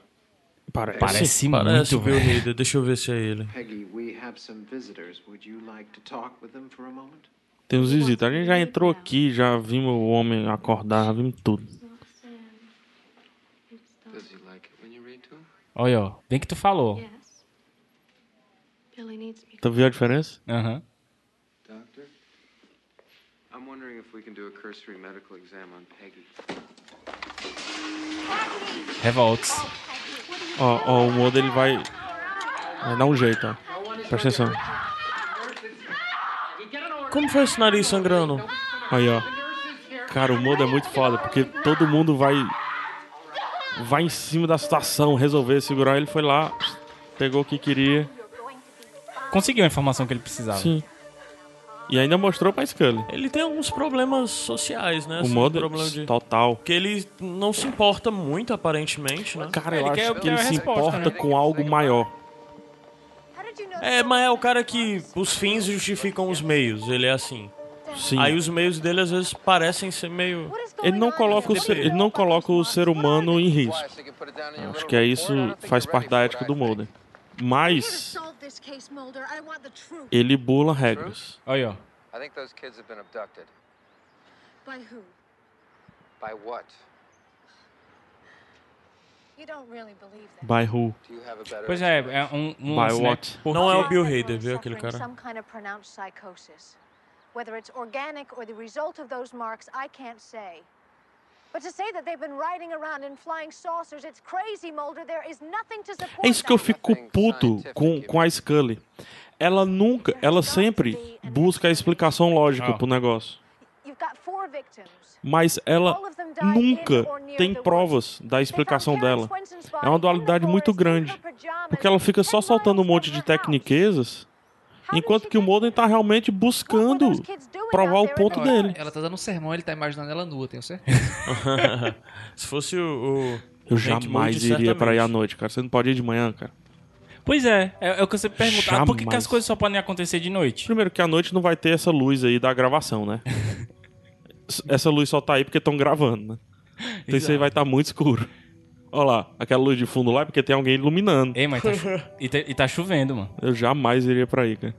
parece.
Parece
Parece
muito,
o Bill
velho.
Hader. Deixa eu ver se é ele.
Peggy, we have some visitors. Would you like to talk with them for a moment?
Tem uns visitas. A gente já entrou aqui, já vimos o homem acordar, já vimos tudo.
Does he like it when you read to him?
Olha, ó. Bem que tu falou.
Yes. Billy needs me.
Tá vendo a diferença?
Aham.
Doctor? I'm wondering if we can do a cursory medical exam on Peggy.
Revolts.
Ó, ó, o modo ele vai. Vai dar um jeito, ó. Presta atenção.
Como foi esse nariz sangrando?
Aí, ó. Cara, o modo é muito foda, porque todo mundo vai. Vai em cima da situação, resolver segurar. Ele foi lá. Pegou o que queria.
Conseguiu a informação que ele precisava.
Sim. E ainda mostrou pra Scully.
Ele tem alguns problemas sociais, né?
o tá-
Assim,
modo
problema de...
total.
Que ele não se importa muito, aparentemente, né?
Cara, eu
Ele quer-
acho que
quer
ele
a
se
resposta, né?
importa com algo maior.
How did you know
É, mas é o cara que os fins justificam os meios, ele é assim.
Sim.
Aí os meios dele às vezes parecem ser meio.
What is
Ele
going
não
on
coloca o
here?
ser, ele não coloca o ser humano em risco. Acho que é isso faz parte da ética do Mulder. Mas
Solve this case, Mulder. I want the truth.
ele bula regras.
Olha aí, ó.
I think those kids have been abducted.
By who?
By what?
You don't really believe that.
By who?
Do you have a better
Pois é, é um, um
By
lance, né?
what?
Porque-
Não é o
Someone
Bill
who is
Hader, viu aquele
suffering
cara?
Some kind of pronounced psychosis. Whether it's organic or the result of those marks, I can't say. But to say that they've been riding around in flying saucers, it's crazy, Mulder. There is nothing to support
É isso que eu
that.
fico puto com, com a Scully. Ela nunca, ela sempre busca a explicação lógica
Ah.
pro negócio.
You've got four victims.
Mas ela nunca tem provas da explicação dela. É uma dualidade muito grande.
Ah,
Porque ela
é
fica só soltando um monte de tecniquezas, enquanto que o Modem tá realmente buscando provar o ponto dele.
Ela tá dando um sermão, ele tá imaginando ela nua, tenho certeza.
Se fosse o. o
Eu
Hank
jamais
Moody,
iria pra aí à
certamente.
noite, cara. Você não pode ir de manhã, cara.
Pois é, é, é o que eu sempre pergunto. Ah, por que, que
Jamais.
as coisas só podem acontecer de noite?
Primeiro que à noite não vai ter essa luz aí da gravação, né? S- essa luz só tá aí porque estão gravando, né? Então isso aí vai estar muito escuro. Olha lá, aquela luz de fundo lá é porque tem alguém iluminando.
Ei, mas tá cho... e, tá, e tá chovendo, mano.
Eu jamais iria pra aí, cara.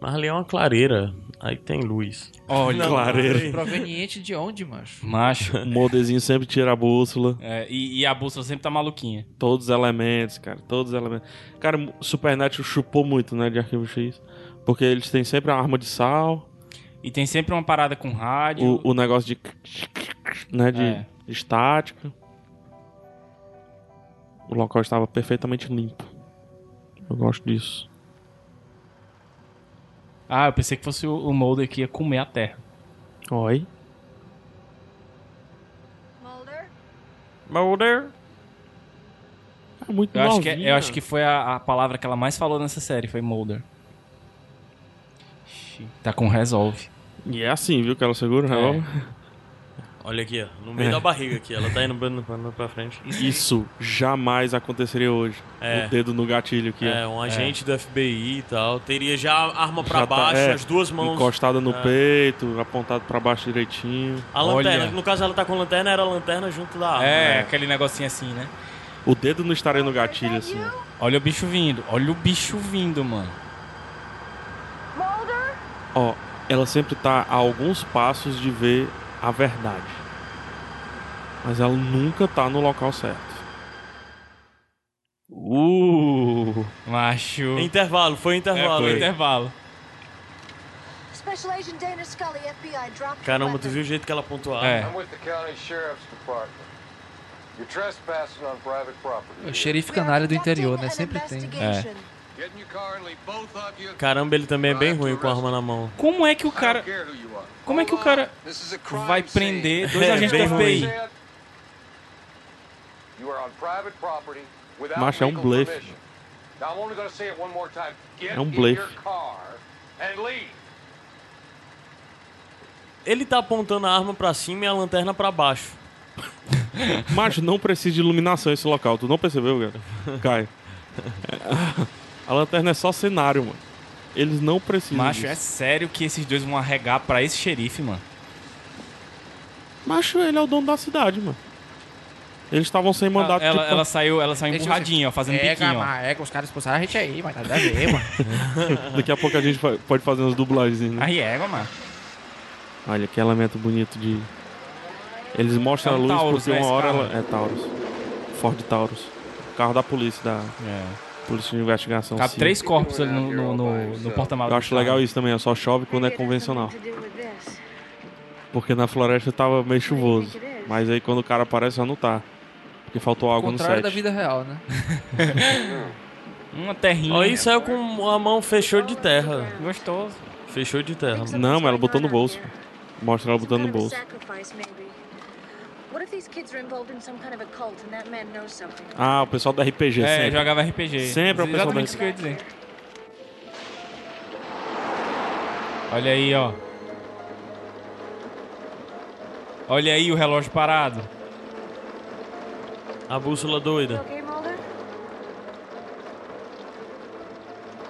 Mas ali é uma clareira. Aí tem luz.
Olha,
Clareiro.
Proveniente de onde, macho?
macho.
O modezinho sempre tira a bússola.
É, e, e a bússola sempre tá maluquinha.
Todos os elementos, cara. Todos os elementos. Cara, Supernatural chupou muito, né, de Arquivo X. Porque eles têm sempre a arma de sal,
E tem sempre uma parada com rádio.
o, o negócio de... Né, de
É.
estática. O local estava perfeitamente limpo. Eu gosto disso.
Ah, eu pensei que fosse o, o Mulder que ia comer a terra.
Oi.
Mulder?
Mulder.
É muito
Eu acho que,
novinha.
eu acho que foi a, a palavra que ela mais falou nessa série, foi Mulder. Ixi, Tá com resolve.
E é assim, viu, que ela segura o
É.
revólver.
Olha aqui, ó. No meio
É.
da barriga aqui. Ela tá indo pra- pra, pra frente.
Isso jamais aconteceria hoje.
É.
O dedo no gatilho aqui. ó.
É, um agente do FBI e tal. Teria já a arma pra
Já tá-
baixo,
é,
as duas mãos. É.
Encostada no peito, apontado pra baixo direitinho.
A lanterna.
Olha.
No caso, ela tá com lanterna, era a lanterna junto da arma.
é,
né?
aquele negocinho assim, né?
O dedo não estaria no gatilho, assim.
Olha o bicho vindo, olha o bicho vindo, mano.
Mulder?
Ó, ela sempre tá a alguns passos de ver a verdade. Mas ela nunca tá no local certo. Uh!
Macho.
né? Intervalo, foi
É,
intervalo.
foi
hein?
intervalo.
Special Agent Dana Scully, FBI, dropped
Caramba, tu
weapon.
viu o jeito que ela pontuou a
É.
arma?
I'm with the county sheriff's department. You're trespassing on private property.
O xerife canalha do interior, né? Sempre tem.
É.
Get in your car and leave both of you.
Caramba, ele também é bem ruim com a arma na mão.
Como é que o
I don't
cara
care who you are.
Como é que o cara
This is a crime
vai
scene.
prender dois
É,
agentes
bem
do FBI?
ruim.
You are on private property without
Macho, é um
legal
blefe.
permission. Now, I'm only gonna say it one more time. Get
É um
in
blefe.
your car and leave.
Ele tá apontando a arma pra cima e a lanterna pra baixo.
Macho, não precisa de iluminação esse local. Tu não percebeu, cara? Cai. A lanterna é só cenário, mano. Eles não precisam.
Macho, é
disso.
sério que esses dois vão arregar pra esse xerife, mano?
Macho, ele é o dono da cidade, mano. Eles estavam sem mandato
ela,
tipo,
ela saiu, ela saiu empurradinha, ó, fazendo
é,
biquinho, ó.
é, que os caras expulsaram a gente aí, mas nada a ver, mano.
Daqui a pouco a gente fa- pode fazer umas dublagens, né?
Aí é, mano.
Olha, que elemento bonito de. Eles mostram
É um
a luz
Taurus,
porque
né,
uma
esse
hora
carro?
ela. É Taurus. Ford Taurus. Carro da polícia, da
É.
Polícia de Investigação.
Cabe
sim.
três né? corpos ali no, no, no- no porta-malas.
Eu acho
do carro.
legal isso também, ó, só chove quando é convencional. Porque na floresta tava meio chuvoso. Mas aí quando o cara aparece já não tá. Porque faltou
Ao
água no
contrário
set.
da vida real, né?
Uma terrinha.
Aí saiu com a mão fechou de terra.
é Gostoso.
Fechou de terra.
Não, mas ela botou no bolso. Mostra ela botando no bolso.
What if these kids are involved in some kind of a cult and that man knows something?
Ah, o pessoal do RPG
É,
sempre.
jogava RPG.
Sempre é o pessoal
Exatamente
da-
isso que eu ia dizer. Olha aí, ó. Olha aí o relógio parado.
A bússola
You
doida.
okay, Mulder?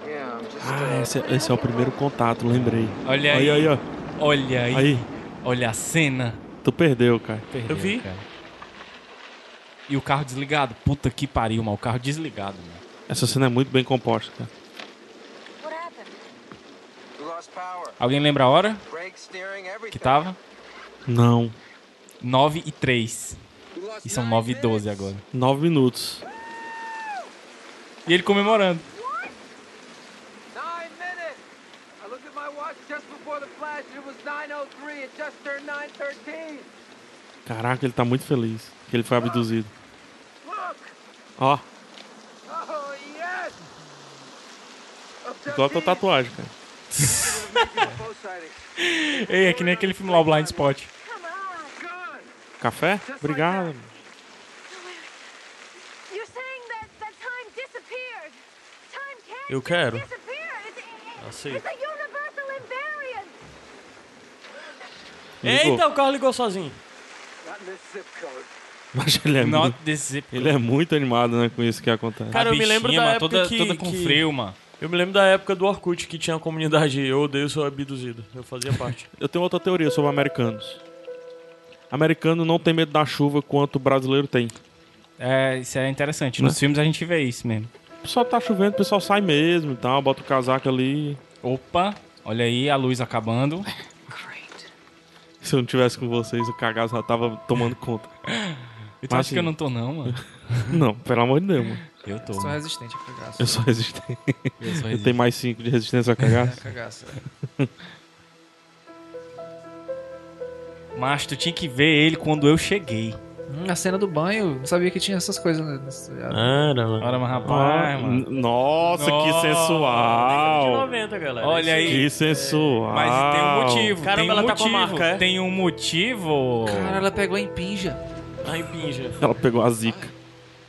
Yeah, I'm just.
Ah, esse, esse é o primeiro contato, lembrei.
Olha aí.
Aí, aí, ó.
Olha aí.
Aí,
Olha a cena.
tu perdeu, cara.
Perdeu,
vi.
cara. E o carro desligado. Puta que pariu, mano. O carro desligado, mano.
Essa cena é muito bem composta, cara.
What happened?
We lost power.
Alguém lembra a hora
Brake, steering, everything.
que tava?
Não.
9 e 3.
We lost
E são
nine
9 é um e 12
minutes.
agora.
Nove minutos.
E ele comemorando.
Nine minutes. I looked at my watch just before the flash, and it was 9:03. It just turned 9:13.
Caraca, ele tá muito feliz que ele foi abduzido.
Look.
Ó,
Oh yes.
igual com a tatuagem, cara.
Ei, é que nem aquele filme lá, o Blind Spot.
Come on.
Café? Obrigado.
You're saying that that time disappeared. Time can't
Eu quero.
disappear. It's, it-
Aceito.
it's a universal invariance.
Ligou.
Eita, É, então, o carro ligou sozinho.
Mas ele é,
Not
muito,
this zip
ele é muito animado, né, com isso que acontece.
Cara, eu me lembro da
mano,
época
toda,
que-
toda com
que-
frio, mano.
Eu me lembro da época do Orkut que tinha a comunidade Eu odeio sou abduzido. Eu fazia parte.
Eu tenho outra teoria sobre americanos. Americano não tem medo da chuva quanto o brasileiro tem.
É, isso é interessante. Nos filmes a gente vê isso mesmo.
O pessoal tá chovendo, o pessoal sai mesmo e tal, bota o casaco ali.
Opa, olha aí a luz acabando.
Se eu não tivesse com vocês, o cagaço já tava tomando conta.
E tu acha
sim.
que eu não tô, não, mano?
Não, pelo amor de Deus, mano.
Eu tô.
Sou
mano.
resistente a cagaço.
Eu sou resistente.
Eu sou
Eu tenho mais 5 de resistência a cagaço.
Cagaço.
Mas tu tinha que ver ele quando eu cheguei.
Hum, a cena do banho, não sabia que tinha essas coisas. Né? nesse-
Ah, não.
Ora, mas rapaz,
Ah,
mano.
n- Nossa, que
Nossa.
De
sensual!
90, galera. é
Olha aí.
Que
É,
sensual!
Mas tem um motivo.
Caramba,
tem um
ela tá com a
motivo.
marca, é?
Tem um motivo.
Cara, ela pegou em pinja.
Ai, pinja.
Ela pegou a zica.
I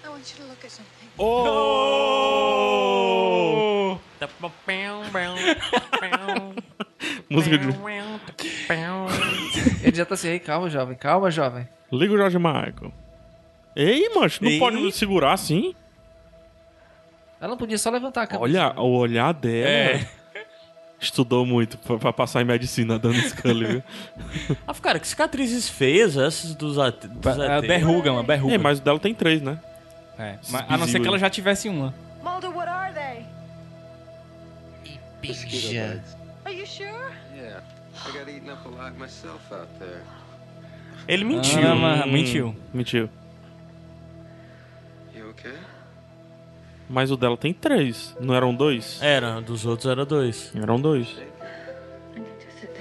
want you to look at something.
Oh!
Tá
É.
Música de.
Ele já tá assim, ei, calma, jovem, calma, jovem.
Liga o Jorge Michael. Ei, macho, não
Ei.
pode me segurar assim?
Ela não podia só levantar a câmera.
Olha o olhar dela.
É.
Estudou muito pra, pra passar em medicina, dando Scully, viu?
Ah, cara, que cicatrizes feias essas dos, at dos
É,
ETs.
Berruga, mano, berruga.
É, mas o dela tem três, né?
É, mas a não ser que ela já tivesse uma.
Mulder, what are they?
Pinja.
Are you sure?
Yeah. I got eaten up a lot myself out there.
Ele mentiu.
Ah, mas mentiu.
Mentiu.
You okay?
Mas o dela tem três. Não eram dois?
Era, dos outros era dois.
Eram dois.
I need to sit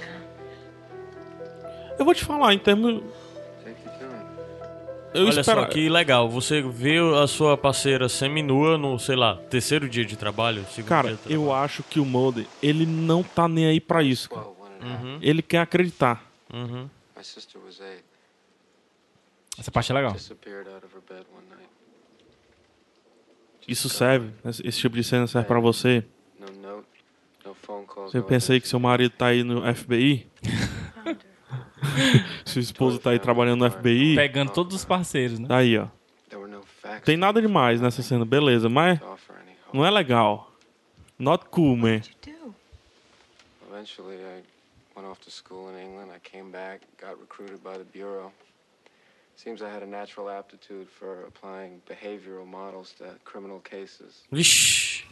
down.
Eu vou te falar, em termos.
Take your time.
Eu
Olha
espero
só que legal, você vê a sua parceira seminua no, sei lá, terceiro dia de trabalho, segundo
Cara,
dia de
eu
trabalho.
acho que o Mulder, ele não tá nem aí pra isso, cara.
Well, one and a half.
Ele quer acreditar.
Uhum.
My sister was eight.
Essa parte é legal.
Disappeared out of her bed one night.
Isso serve. Esse esse tipo de cena serve pra você.
No note, no phone calls.
Você
no
pensa aí que seu marido tá aí no FBI? Seu esposo tá aí trabalhando no FBI?
Pegando todos os parceiros, né?
Tá aí, ó.
nothing. There were no facts
Tem nada demais nessa cena, beleza, mas
to offer any hope.
não é legal. Not cool, man.
What do you do?
Eventually, I went off to school in England. I came back, got recruited by the Bureau. Seems I had a natural aptitude for applying behavioral models to criminal cases.
Vixe.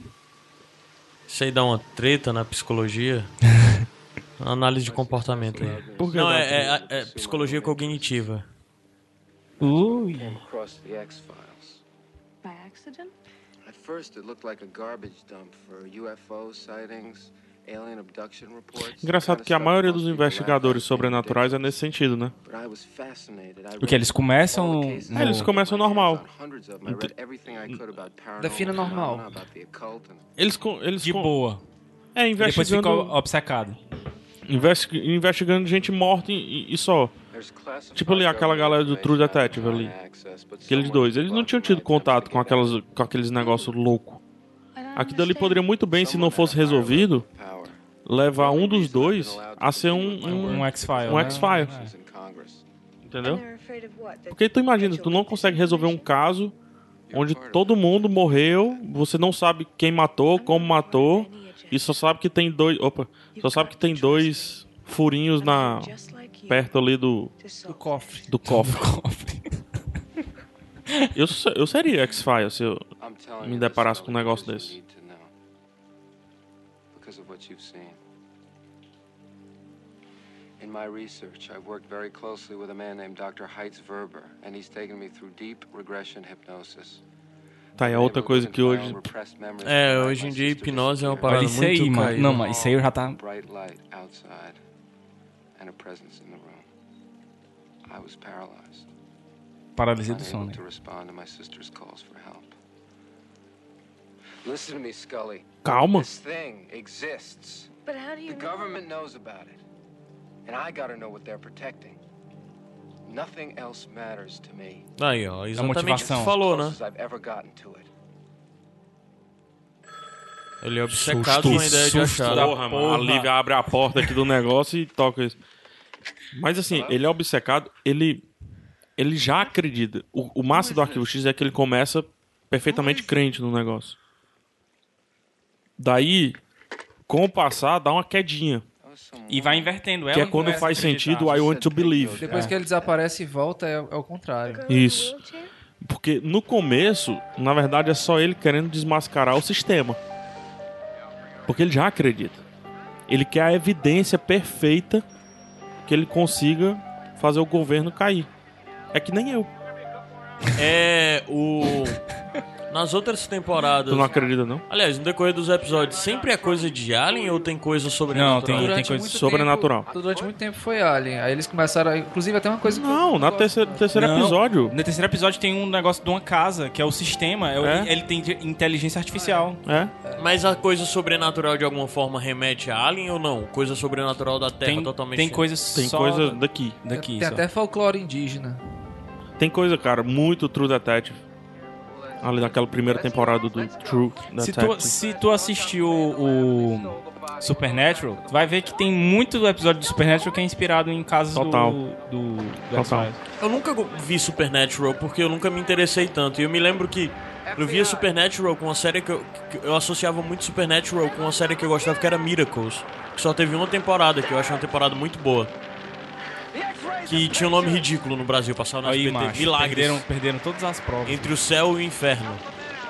Isso aí dá uma treta na psicologia. Análise de comportamento aí.
Por que
Não,
dá
é, é- é psicologia cognitiva.
Came across the X Files.
By accident?
At first, it looked like a garbage dump for UFO sightings, alien abduction reports.
Engraçado que a maioria dos investigadores sobrenaturais é nesse sentido, né?
But I was fascinated. I
O que eles um começam.
É, eles
no-
começam normal.
Defina normal.
Eles com, eles
de
com-
boa.
é
E Depois
investigando,
fica obcecado.
investi- investigando gente morta e, e- e só. Tipo ali aquela galera do True Detective ali. Aqueles dois. Eles não tinham tido contato com, aquelas, com aqueles negócios loucos. Aquilo ali poderia muito bem, se não fosse resolvido, levar um dos dois a ser um.
Um X-File,
Um
né?
X-File. Entendeu? Porque tu imagina, tu não consegue resolver um caso onde todo mundo morreu, você não sabe quem matou, como matou, e só sabe que tem dois. Opa, só sabe que tem dois furinhos na. perto ali do.
Do cofre.
do cofre. Eu, se- eu seria X-File se eu me deparasse com um negócio desse.
because of what you've seen. In my research, I've worked very closely with a man named Dr. Heitz Verber, and he's taken me through deep regression hypnosis.
Tá, aí a outra coisa que hoje.
Repressed memories.
É, hoje em dia hipnose é uma parada
Olha isso
muito
aí, mano.
caída.
Não, mas isso aí eu já tá.
Bright light outside, and a presence in the room. I was paralyzed,
Paralisia do sono.
unable
né?
to respond to my sister's calls for help. Listen to me, Scully.
Calma.
This thing exists.
But how do you
The government knows about it. And I gotta know what they're protecting. Nothing else matters to me.
Aí, ó, exatamente o que
É motivação.
tu falou, né?
Closest I've ever gotten to it.
Ele é obcecado com a ideia de achar.
Porra, mano. A Lívia abre a porta aqui do negócio e toca isso. Mas assim, ele é obcecado, ele. Ele já acredita. O, o massa do Arquivo X é que ele começa perfeitamente crente no negócio. Daí, com o passar, dá uma quedinha.
E vai invertendo ela.
Que é
não
quando
um começa a
faz
acreditar.
sentido I want to believe.
Depois que ele desaparece e volta, é, é o contrário.
Isso. Porque no começo, na verdade, é só ele querendo desmascarar o sistema. Porque ele já acredita. Ele quer a evidência perfeita que ele consiga fazer o governo cair. É que nem eu.
É o. Nas outras temporadas.
Tu não acredita, não?
Aliás, no decorrer dos episódios, sempre é coisa de Alien ou tem coisa sobre
Não, tem-
Durante
coisa
muito
sobrenatural.
tempo- durante muito tempo foi Alien. Aí eles começaram. a- Inclusive, até uma coisa que. eu
Não, na
gosto
terceira, terceiro
Não.
episódio.
No terceiro episódio tem um negócio de uma casa, que é o sistema. é o-
É?
Ele tem de- inteligência artificial.
É.
Mas a coisa sobrenatural de alguma forma remete a Alien ou não? Coisa sobrenatural da Terra
Tem,
totalmente.
tem coisas
Tem
só
coisa daqui.
daqui.
Tem
só.
até folclore indígena.
Tem coisa, cara, muito True Detective. Ali daquela primeira temporada do True
Se tu,
Detective.
se tu assistiu o Supernatural, tu vai ver que tem muito episódio do Supernatural que é inspirado em casas
Total.
do, do, do
Total.
X-Files.
Eu nunca go- vi Supernatural porque eu nunca me interessei tanto. E eu me lembro que eu via Supernatural com uma série que eu, que eu associava muito Supernatural com uma série que eu gostava que era Miracles. Que só teve uma temporada, que eu achei uma temporada muito boa. Que tinha um nome ridículo no Brasil, passava na
Aí,
SBT.
macho,
Milagres.
perderam, perderam todas as provas.
Entre o céu e o inferno.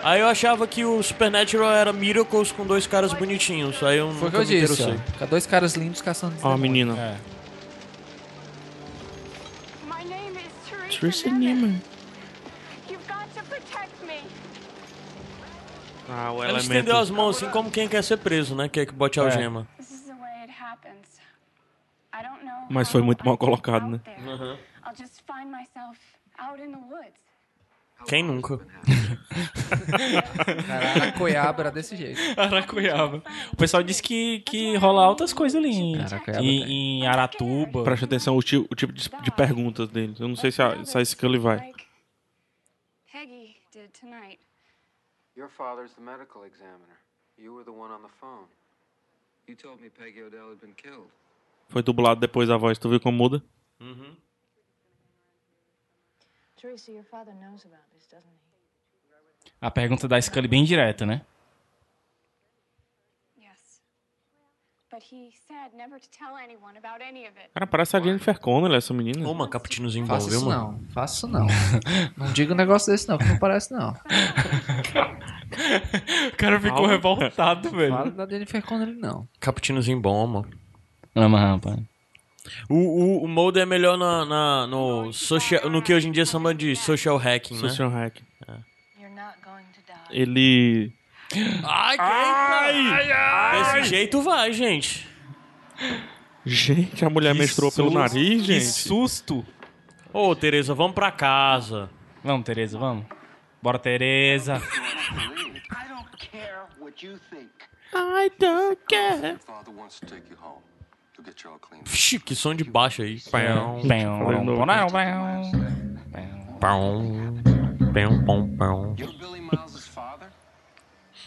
Aí eu achava que o Supernatural era Miracles com dois caras bonitinhos. Aí eu
Foi o que
nunca
eu
me
disse.
interessei.
Ó. Dois caras lindos caçando.
Ó, a
demônio.
menina.
É.
My name is
Trisha Neiman.
You've got to protect me.
Ah, o
Ela estendeu as mãos assim como quem quer ser preso, né? Quer que
É.
bote algema.
This is the way it happens. I don't know.
Mas
how
foi muito
I
mal
get
colocado,
out
né?
there.
Uhum.
I'll just find myself out in the woods.
Quem nunca?
Cara, a coiabra era desse jeito.
Aracuiaba. O pessoal disse que, que rola altas coisas ali em,
Aracuiaba tem.
em, em Aratuba.
Preste atenção o tipo, o tipo de, de perguntas dele. Eu não sei se a, se a Scully vai.
Like Peggy did tonight.
Your father's the medical examiner. You were the one on the phone. You told me Peggy Odell had been killed.
Foi dublado depois a voz, tu viu como muda?
Teresa, your father knows about this, doesn't he?
A pergunta da Scully bem direta, né?
Yes. But he said never to tell anyone about any of it.
Cara, parece a Jennifer Connelly, essa menina.
Ô, mano, caputinozinho bom,
Faça
viu,
isso
mano?
não. Faça isso não. Não diga um negócio desse não, que não parece não.
O cara ficou revoltado,
Fala
velho.
da Jennifer Connelly não.
Caputinozinho bom, mano.
Ama, rapaz.
O, o, o Mulder é melhor na, na- no, social, no que hoje em dia chama de social hacking, né?
Social Hack.
You're not going to die.
Ele.
Ai, que eita! Desse jeito vai, gente.
Gente, a mulher
Que
menstruou pelo
susto,
nariz,
Que
gente.
susto.
Ô, Tereza, vamos pra casa.
Vamos, Tereza, vamos. Bora, Tereza.
I don't care what you think.
I don't care.
Your father wants to take you home.
Vixe, que som de baixo aí.
Pão, pão, pão,
Pão, pão, pão, pão.
You're Billy Miles' father?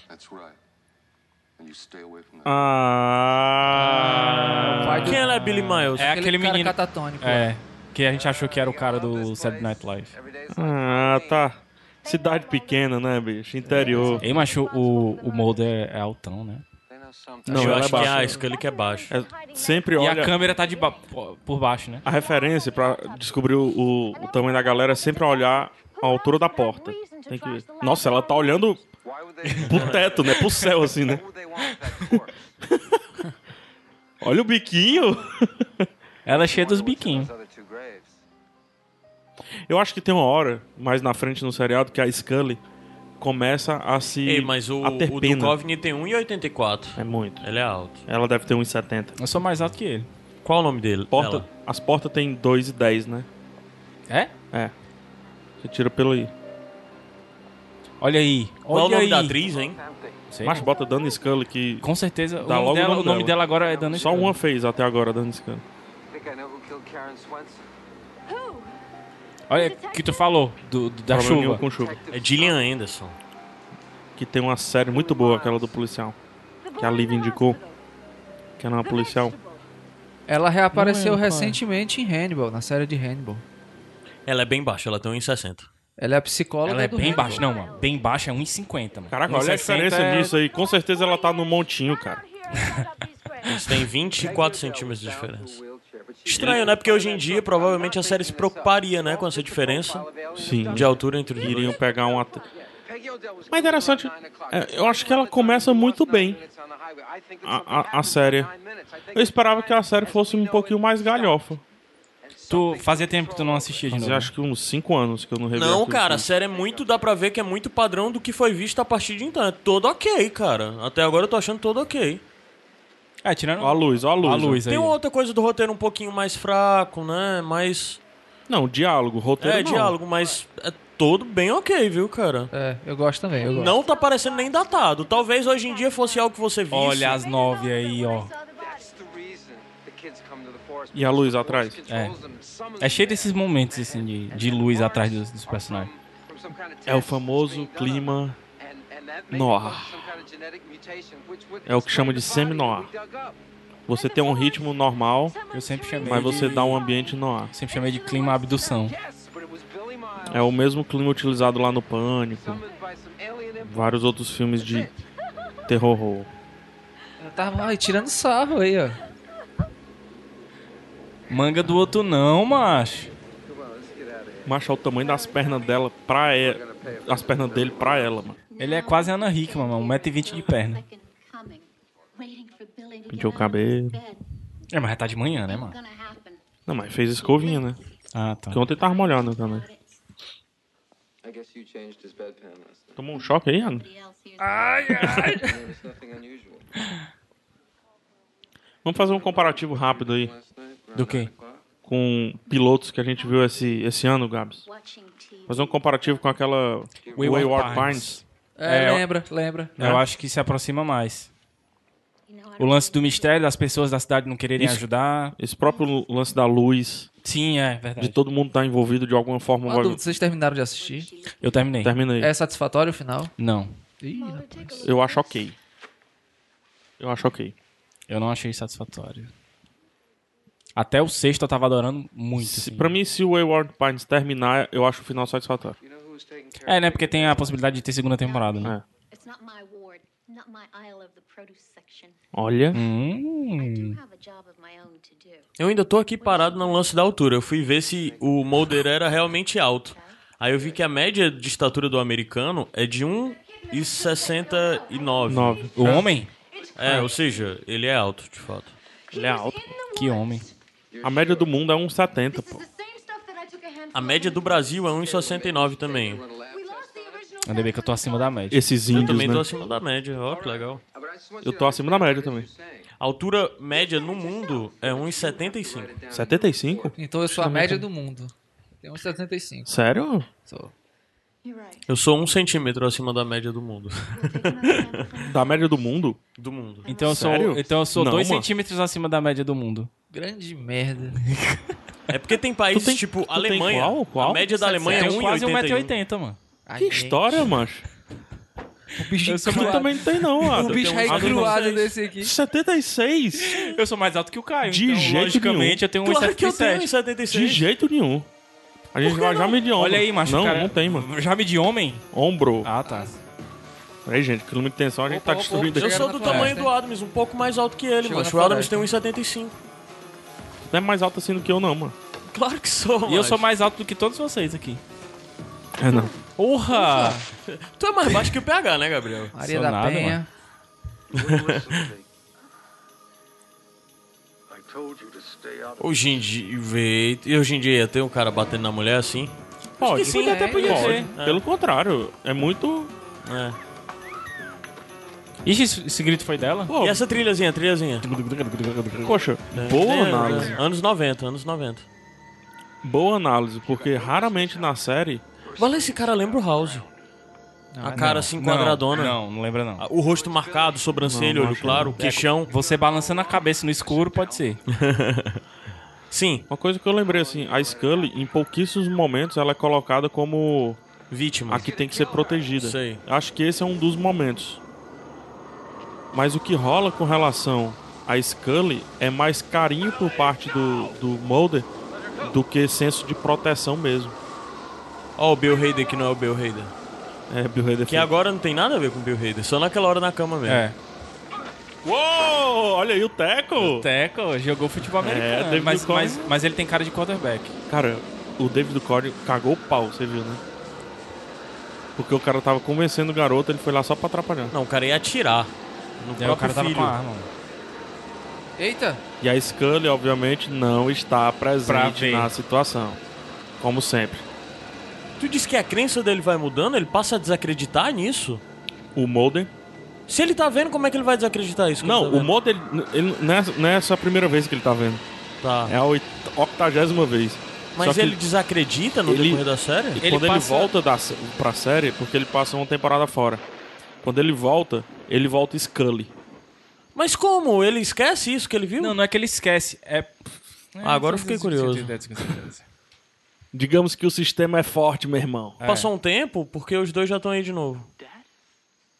That's right. And you stay away from
Ah.
Quem ela é Billy Miles?
É aquele,
cara
menino.
catatônico lá.
É. Que a gente achou que era o cara do Saturday Night Live.
Ah, tá. Cidade pequena, né, bicho? Interior.
Ei, mas o, o o Mulder é altão, né?
Não,
eu
ela é
acho que é a
baixa.
Scully que é baixo.
É, sempre
E
olha.
a câmera tá de ba- po- por baixo, né?
A referência pra descobrir o, o- o tamanho da galera é sempre olhar a altura da porta. Tem que ver. Nossa, ela tá olhando pro teto, né? Pro céu, assim, né? Olha o biquinho.
Ela é cheia dos biquinhos.
Eu acho que tem uma hora, mais na frente no seriado, que a Scully começa a se.
Ei, mas o,
a ter
o
pena.
Duchovny tem 1,84.
É muito.
Ele é alto.
Ela deve ter uns 70.
Eu sou mais alto que ele.
Qual o nome dele?
Porta,
Dela?
as portas tem 2,10, né?
É?
É. Você tira pelo aí.
Olha aí. Olha
Qual o nome
aí.
da atriz, hein?
Sei
Mas
não.
bota Dana Scully que
Com certeza. O
Dá
nome,
logo o
dela,
nome
o nome
dela.
dela agora é Dana
só
Scully.
uma fez até agora, Dana Scully.
I think I know who killed Karen Swenson.
Olha o que tu falou do, do- da
Problema
chuva.
nenhum com chuva.
É Gillian Anderson.
Que tem uma série muito boa, aquela do policial. Que a Liv indicou. Que era uma policial.
Ela reapareceu
Não lembro qual é.
recentemente em Hannibal, na série de Hannibal.
Ela é bem baixa, ela tem 1,60.
Ela é a psicóloga
Ela é
do
bem
Hannibal.
baixa, não, mano. Bem baixa é 1,50, mano.
Caraca, olha
1,60
a diferença
é-
nisso aí. Com certeza ela tá no montinho, cara.
Isso tem 24 centímetros de diferença. Estranho, né? Porque hoje em dia, provavelmente, a série se preocuparia, né, com essa diferença
Sim.
de altura entre os
Iriam
dois.
pegar um at... Mas interessante, é, eu acho que ela começa muito bem, a, a, a série. Eu esperava que a série fosse um pouquinho mais galhofa.
Tu fazia tempo que tu não assistia de
Mas
novo. né?
eu acho que uns 5 anos que eu não revi.
né? Não,
aquilo
cara, a
tudo.
série é muito. Dá pra ver que é muito padrão do que foi visto a partir de então. É todo ok, cara. Até agora eu tô achando todo ok.
É, tirando
Ó a luz, ó a luz.
a luz aí.
Tem uma outra coisa do roteiro um pouquinho mais fraco, né? Mais.
Não, diálogo, roteiro
É,
não.
diálogo, mas é todo bem ok, viu, cara?
É, eu gosto também. Eu gosto.
Não tá parecendo nem datado. Talvez hoje em dia fosse algo que você visse.
Olha as nove aí, ó. Tá
E a luz atrás?
É cheio desses momentos, assim, de, de luz atrás dos, dos personagens.
É o famoso clima noir. É o que chama de semi-noir. Você tem um ritmo normal,
Eu sempre chamei
mas
de-
você dá um ambiente noir.
Sempre chamei de clima abdução.
É o mesmo clima utilizado lá no Pânico, vários outros filmes de terror. horror.
Ela tava ai, tirando sarro aí, ó.
Manga do outro não, macho.
Macho, olha o tamanho das pernas dela pra ela. As pernas dele pra ela, mano.
Ele é quase Ana Hickman, mano. 1,20m de perna.
Pintou o cabelo.
É, mas já tá de manhã, né, mano?
Não, mas fez escovinha, né?
Ah, tá.
Porque ontem tava molhando também.
I guess you changed his bedpan last night.
Tomou um choque aí, Ana?
I noticed nothing unusual.
Vamos fazer um comparativo rápido aí
Last night, around
Do quê?
com pilotos que a gente viu esse, esse ano, Gabs. Fazer um comparativo com aquela Wayward, Pines.
É,
É, eu-
lembra, lembra.
Eu acho que se aproxima mais. É. O lance do mistério das pessoas da cidade não quererem
Isso.
ajudar.
Esse próprio lance da luz,
Sim, é
de
verdade.
todo mundo estar envolvido de alguma
Um
forma.
Uma
vai-
dúvida, vocês terminaram de assistir?
Eu terminei.
Termina aí.
É satisfatório o final?
Não,
Ih,
Eu acho ok. Eu acho ok.
eu não achei satisfatório. Até o sexto eu tava adorando muito.
Se,
assim.
pra mim, se o Wayward Pines terminar, eu acho o final satisfatório.
You know who was taking care
É, né? Porque tem a possibilidade de ter segunda temporada, né?
É.
It's not my ward, not my aisle of the produce section.
Olha.
You
É.
Hum.
have a job of my own to do.
Eu ainda tô aqui parado no lance da altura. Eu fui ver se o Mulder era realmente alto. Aí eu vi que a média de estatura do americano é de 1,69.
Nove.
O homem?
É, ou seja, ele é alto, de fato.
Ele é alto.
Que homem.
A média do mundo é 1,70, pô.
A média do Brasil é 1,69 também.
Ainda bem que eu tô acima da média.
Esses
Eu
índios,
também
né?
tô acima da média. Ó, que legal.
Eu tô acima da média também.
A altura média no mundo é 1,75.
75?
Então eu sou a média do mundo. Tem uns 75.
Sério?
Sou.
Eu sou um centímetro acima da média do mundo.
da média do mundo?
Do mundo.
Então eu sou,
Sério?
então eu sou
Não,
dois
mano.
centímetros acima da média do mundo.
Grande merda.
É porque tem países
Tu tem-
tipo
tu tem
Alemanha.
qual? Qual?
A média da Alemanha é
Eu tenho
um
quase
1,81.
1,80m, mano.
Que história, macho.
O bicho
Tu também não tem, um não, Adam.
um é
é desse aqui.
76?
Eu sou mais alto que o Caio.
De
então,
jeito
logicamente,
nenhum.
eu tenho
Claro que eu tenho
1,77m.
1,76.
De jeito nenhum. A gente vai já medir ombro.
Olha aí, macho,
Não,
cara-
não tem, mano.
Já medi homem?
Ombro.
Ah, tá.
Peraí, gente, quilômetro de tensão a gente tá destruindo
Eu sou do tamanho do Adams, um pouco mais alto que ele,
Chegou
mano.
na
O Adams
floresta.
tem 1,75.
Não é mais alto assim do que eu, não, mano.
Claro que sou,
E eu sou mais alto do que todos vocês aqui.
É, não.
Porra!
Tu é mais baixo que o PH, né, Gabriel?
Maria Sou da nada, Penha.
Hoje em dia, vê- e hoje em dia ia ter um cara batendo na mulher assim?
Pode.
Acho que sim, até podia
pode.
ser.
Pelo contrário, é muito.
É.
Ixi, esse, esse grito foi dela?
E essa trilhazinha, trilhazinha?
Poxa,
é,
boa análise.
Anos 90, anos 90.
Boa análise, porque raramente na série.
Olha, esse cara lembra o House. a cara assim quadradona.
é Não, não lembra não.
Ah, O rosto marcado, sobrancelha, olho
É
claro, queixão.
Você balançando a cabeça no escuro, pode ser.
Sim.
Uma coisa que eu lembrei assim, a Scully, em pouquíssimos momentos, ela é colocada como
vítima.
A que tem que ser protegida.
Sei.
Acho que esse é um dos momentos. Mas o que rola com relação a Scully é mais carinho por parte do, do Mulder do que senso de proteção mesmo.
Ó, o Bill Hader que não é o Bill Hader.
É, Bill Hader.
Que agora não tem nada a ver com o Bill Hader, só naquela hora na cama mesmo.
É.
Uou, olha aí o Teco!
O Teco jogou futebol
É,
americano.
teve
mas,
do Colin.
mas, mas ele tem cara de quarterback.
Cara, o David Cody cagou o pau, você viu, né? Porque o cara tava convencendo o garoto, ele foi lá só pra atrapalhar.
Não, o cara ia atirar. No
É,
próprio
o cara tava
filho.
com a arma. mano.
Eita!
E a Scully, obviamente, não está
Pra
presente
ver.
na situação. Como sempre.
Tu disse que a crença dele vai mudando, ele passa a desacreditar nisso?
O Mulder
Se ele tá vendo, como é que ele tá vai desacreditar isso?
Não, o
modo
modo ele, ele- não, é, não é só a primeira vez que ele tá vendo.
Tá.
É a oit- octagésima vez.
Mas
Só que
ele desacredita no
ele-
decorrer da série?
e quando ele volta da, sé- pra série, é porque ele passa uma temporada fora. Quando ele volta, ele volta Scully.
Mas como? Ele esquece isso que ele viu?
Não, não é que ele esquece. É.
Ah, agora eu fiquei curioso.
Digamos que o sistema é forte, meu irmão.
Passou um tempo, porque os dois já estão aí de novo.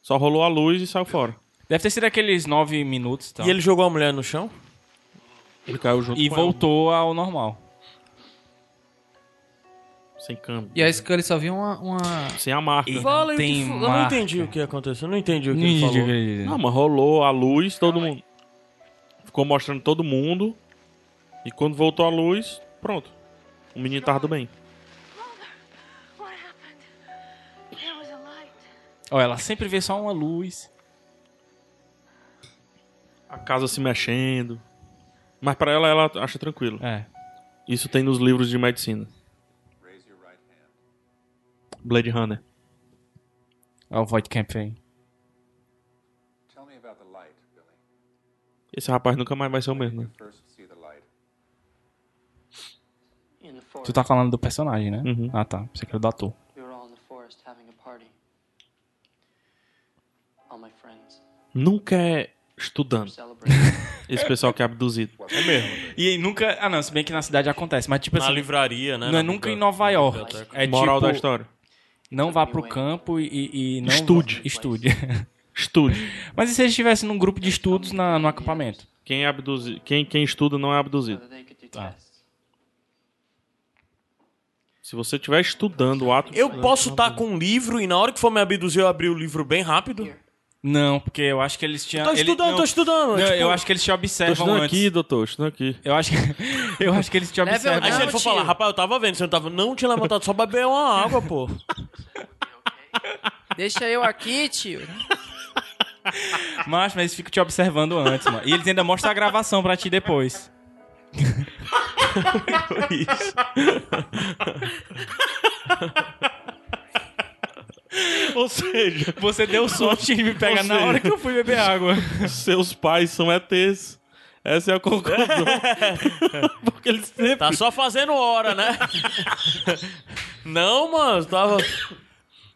Só rolou a luz e saiu fora.
Deve ter sido aqueles nove minutos. Então.
E ele jogou a mulher no chão?
Ele caiu junto
E
com
voltou ao normal.
ela, sem câmbio.
E a Scully só viu uma. uma...
Sem a marca.
Fala aí o que
tem
fu- Eu não
marca.
entendi o que aconteceu. Não entendi o que
Não
ele
entendi
falou.
o que ele-
Não, mas rolou a luz, todo mundo. Ficou mostrando todo mundo. E quando voltou a luz, pronto. O menino tava do bem.
There was a light.
Ó, ela sempre vê só uma luz.
a casa se mexendo. Mas pra ela, ela acha tranquilo.
É.
Isso tem nos livros de medicina. Blade Runner.
Ó, É o Void Campaign.
Tell me about the light, Billy.
Esse rapaz nunca mais vai ser o mesmo. né?
First, see the light.
In the forest.
Tu tá falando do personagem, né?
Uhum.
Ah, tá. Você que era do ator.
We were all in the forest having a party. All my friends.
Nunca é estudando. Esse pessoal que é abduzido.
É mesmo.
E aí nunca. Ah, não, se bem que na cidade acontece, mas tipo
Na
assim.
livraria, né?
Não
Na
é nunca
biblioteca-
em Nova
na
York.
biblioteca.
É
Moral
tipo,
da história.
Não vá pro campo e- e. e não
Estude.
vá- Estude.
Estude.
mas e se eles estivessem num grupo de estudos na, no acampamento?
Quem, é abduzi... quem, quem estuda não é abduzido. Tá. Se você estiver estudando o ato.
Eu posso estar com um livro e na hora que for me abduzir eu abrir o livro bem rápido?
Não, porque eu acho que eles tinham.
Tô
ele-
estudando,
não,
tô estudando,
Não,
tipo-
eu acho que eles te
Tô
observam
estudando
antes.
aqui, doutor. Estudando aqui.
Eu acho que. Eu acho que eles te
Level
observam.
Aí se ele for
tio.
falar, rapaz, eu tava vendo, você não tava. Não tinha levantado só pra beber uma água, pô.
Deixa eu aqui, tio.
Mas, mas eles ficam te observando antes, mano. E eles ainda mostram a gravação pra ti depois.
Ou seja,
Você deu sorte de me pegar
Ou
na
seja,
hora que eu fui beber água.
seus pais são ETs. Essa é a conclusão. Porque eles sempre.
Tá só fazendo hora, né? não, mano, tava.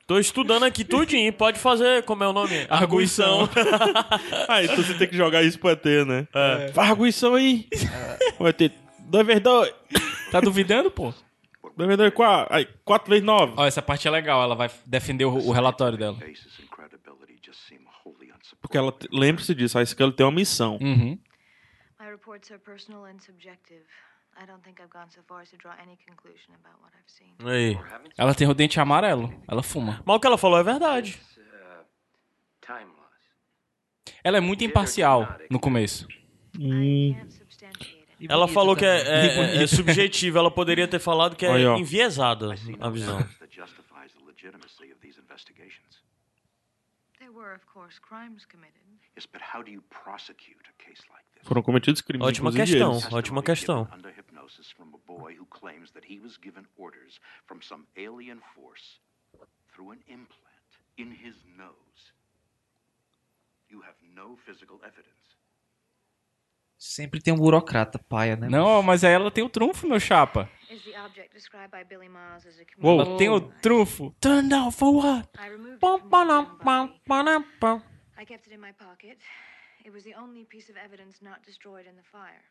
Tô estudando aqui tudinho, pode fazer, como é o nome? Arguição.
Aí então você tem que jogar isso pro ET, né?
É.
Faz arguição aí. O ET, 2 vezes 2.
Tá duvidando, pô?
2 vezes 2, 4. Aí, 4 vezes 9.
Ó, essa parte é legal, ela vai defender o, o relatório dela.
Porque ela, te- lembre-se disso, a Scully tem uma missão.
Hum.
My reports are personal and subjective. I don't think I've gone so far as to draw any conclusion about what I've seen.
Aí.
Ela tem o dente amarelo, ela fuma.
Mas o que ela falou é verdade.
Ela é muito imparcial no começo.
Hmm. Ela falou que é, é-
E bonito.
é subjetivo, ela poderia ter falado que é
Aí, ó.
enviesada a visão.
that justifies the legitimacy of these investigations.
There were, of course, crimes committed.
Yes, but how do you prosecute a case like this?
Foram cometidos crimes,
Ótima
inclusive
questão,
eles.
ótima questão.
Under hypnosis from a boy who claims that he was given orders from some alien force through an implant in his nose. You have no physical evidence.
Sempre tem um burocrata, paia, né?
Não, mas aí ela tem o trunfo, meu chapa.
Is the object described by Billy Miles as a
Uou.
community?
Ela tem o trunfo. Turn down for what?
I removed
Pam,
it from the
pam, pam, pam, pam.
I kept it in my pocket. It was the only piece of evidence not destroyed in the fire.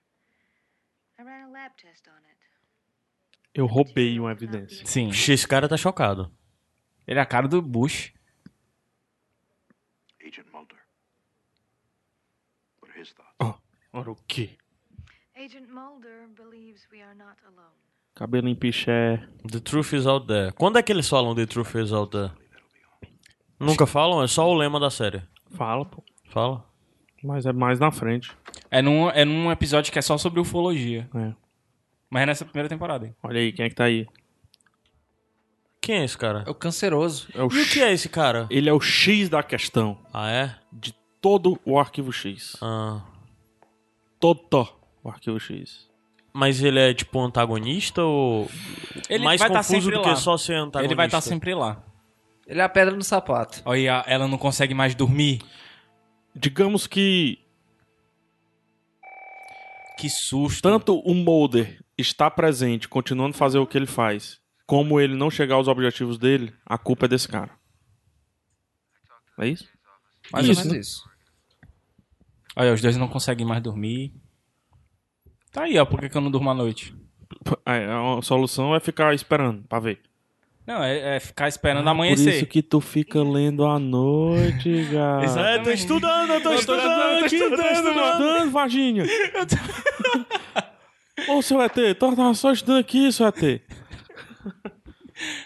I ran a lab test on it.
Eu roubei uma evidência.
Sim.
Vixe, Esse cara tá chocado.
Ele é a cara do Bush.
Agent Mulder. What are his thoughts?
Ó, ora o quê?
Agent Mulder believes we are not alone.
Cabelo em piché.
The truth is out there. Quando é que eles falam The truth is out there? Nunca falam? É só o lema da série.
Fala, pô.
Fala.
Mas é mais na frente.
É num, é num episódio que é só sobre ufologia.
É.
Mas é nessa primeira temporada. hein?
Olha aí, quem é que tá aí?
Quem é esse cara?
É o canceroso.
É o
E o
X.
que é esse cara?
Ele é o X da questão.
Ah, é?
De todo o arquivo X.
Ah.
Todo o arquivo X.
Mas ele é tipo um antagonista ou.
Ele
mais
vai tá
confuso
sempre
do
lá.
que só ser antagonista?
Ele vai estar sempre lá.
Ele é a pedra no sapato.
Olha, ela não consegue mais dormir.
Digamos que
Que susto.
tanto o Mulder está presente, continuando a fazer o que ele faz, como ele não chegar aos objetivos dele, a culpa é desse cara. É isso?
Mais
Isso,
ou menos
né?
isso.
Olha, os dois não conseguem mais dormir. Tá aí, ó. Por que, que eu não durmo à noite?
É, a solução é ficar esperando pra ver.
Não, é, é ficar esperando
Por isso
amanhecer.
que tu fica lendo à noite,
Exato.
gato.
É, tô estudando, eu tô estudando
Tô
aqui, eu tô estudando.
estudando, Varginha. Ô, seu ET, tô tava só estudando aqui, seu ET.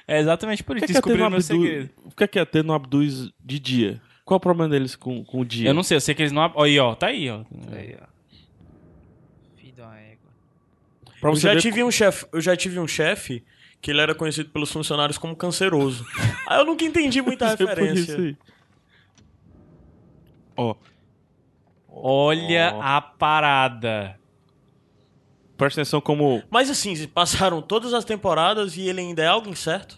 É exatamente por
Por
isso.
que, que ET
Descobriram
não
meu segredo.
abduz? Por que, que ET não abduz de dia? Qual é o problema deles com, com o dia?
Eu não sei, eu sei que eles não. ab- Olha aí, ó. Tá aí, ó.
Aí, ó. Filho de uma égua.
Pra
Eu
você
já
ver
tive um chefe, eu já tive um chefe que ele era conhecido pelos funcionários como canceroso. Aí eu nunca entendi muita
como- por
referência.
isso aí. Ó,
Olha a parada.
presta atenção como...
Mas assim, se passaram todas as temporadas e ele ainda é algo incerto?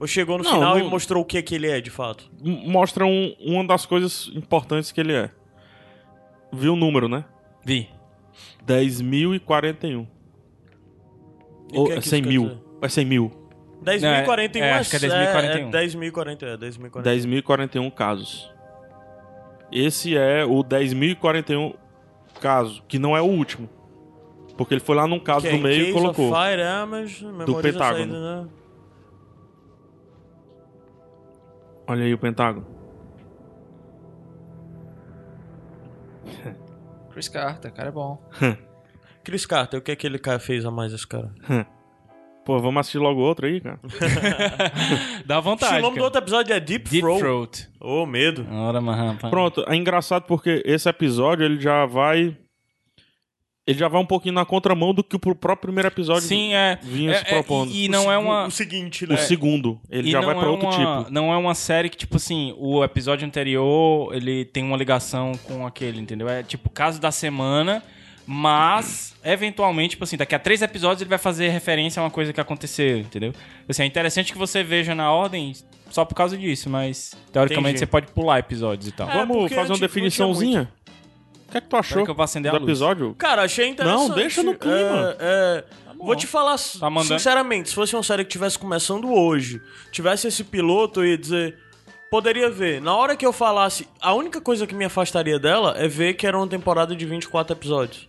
Ou chegou no
Não,
final
não-
e mostrou o que que ele é de fato?
m- Mostra um, uma das coisas importantes que ele é. Viu o número, né?
Vi.
10.041.
E o
Ou
que é
é
que isso
100
quer
mil.
dizer?
É 100 mil.
10.041
É,
é,
é, acho que é 10.041.
10.041. É, 10.041.
10.041 casos. Esse é o 10.041 caso, que não é o último. Porque ele foi lá num caso
Que é
do
in
meio
case
e
of
colocou.
Fire, é, mas memoriza a
Pentágono.
saída, né?
Olha aí o Pentágono.
Chris Carter, cara é bom.
Chris Carter, o que é que ele ca- fez a mais esse cara?
Pô, vamos assistir logo outro aí, cara.
Dá vontade.
o nome do
cara.
outro episódio é Deep,
Deep
Throat.
Throat.
Ô, medo.
Ora, mas, rapaz.
Pronto, é engraçado porque esse episódio ele já vai. Ele já vai um pouquinho na contramão do que o pro próprio primeiro episódio
Sim, é.
vinha
é-
se propondo.
é- e, e não é uma.
O seguinte, né?
o segundo. Ele
e
já
não
vai pra
é
outro
uma-
tipo.
Não é uma série que, tipo assim, o episódio anterior ele tem uma ligação com aquele, entendeu? É tipo caso da semana, mas eventualmente, tipo assim, daqui a três episódios ele vai fazer referência a uma coisa que aconteceu, entendeu? Assim, é interessante que você veja na ordem só por causa disso, mas teoricamente
Entendi.
você pode pular episódios e tal.
É,
Vamos
porque
fazer uma
eu ti- não tinha
definiçãozinha? O que é que tu achou
que eu vou acender a
do
luz.
episódio?
Cara, achei interessante.
Não, deixa no clima.
É, é, Vou te falar s-
Tá mandando-
sinceramente, se fosse uma série que tivesse começando hoje, tivesse esse piloto, eu ia dizer. Poderia ver. Na hora que eu falasse, a única coisa que me afastaria dela é ver que era uma temporada de 24 episódios.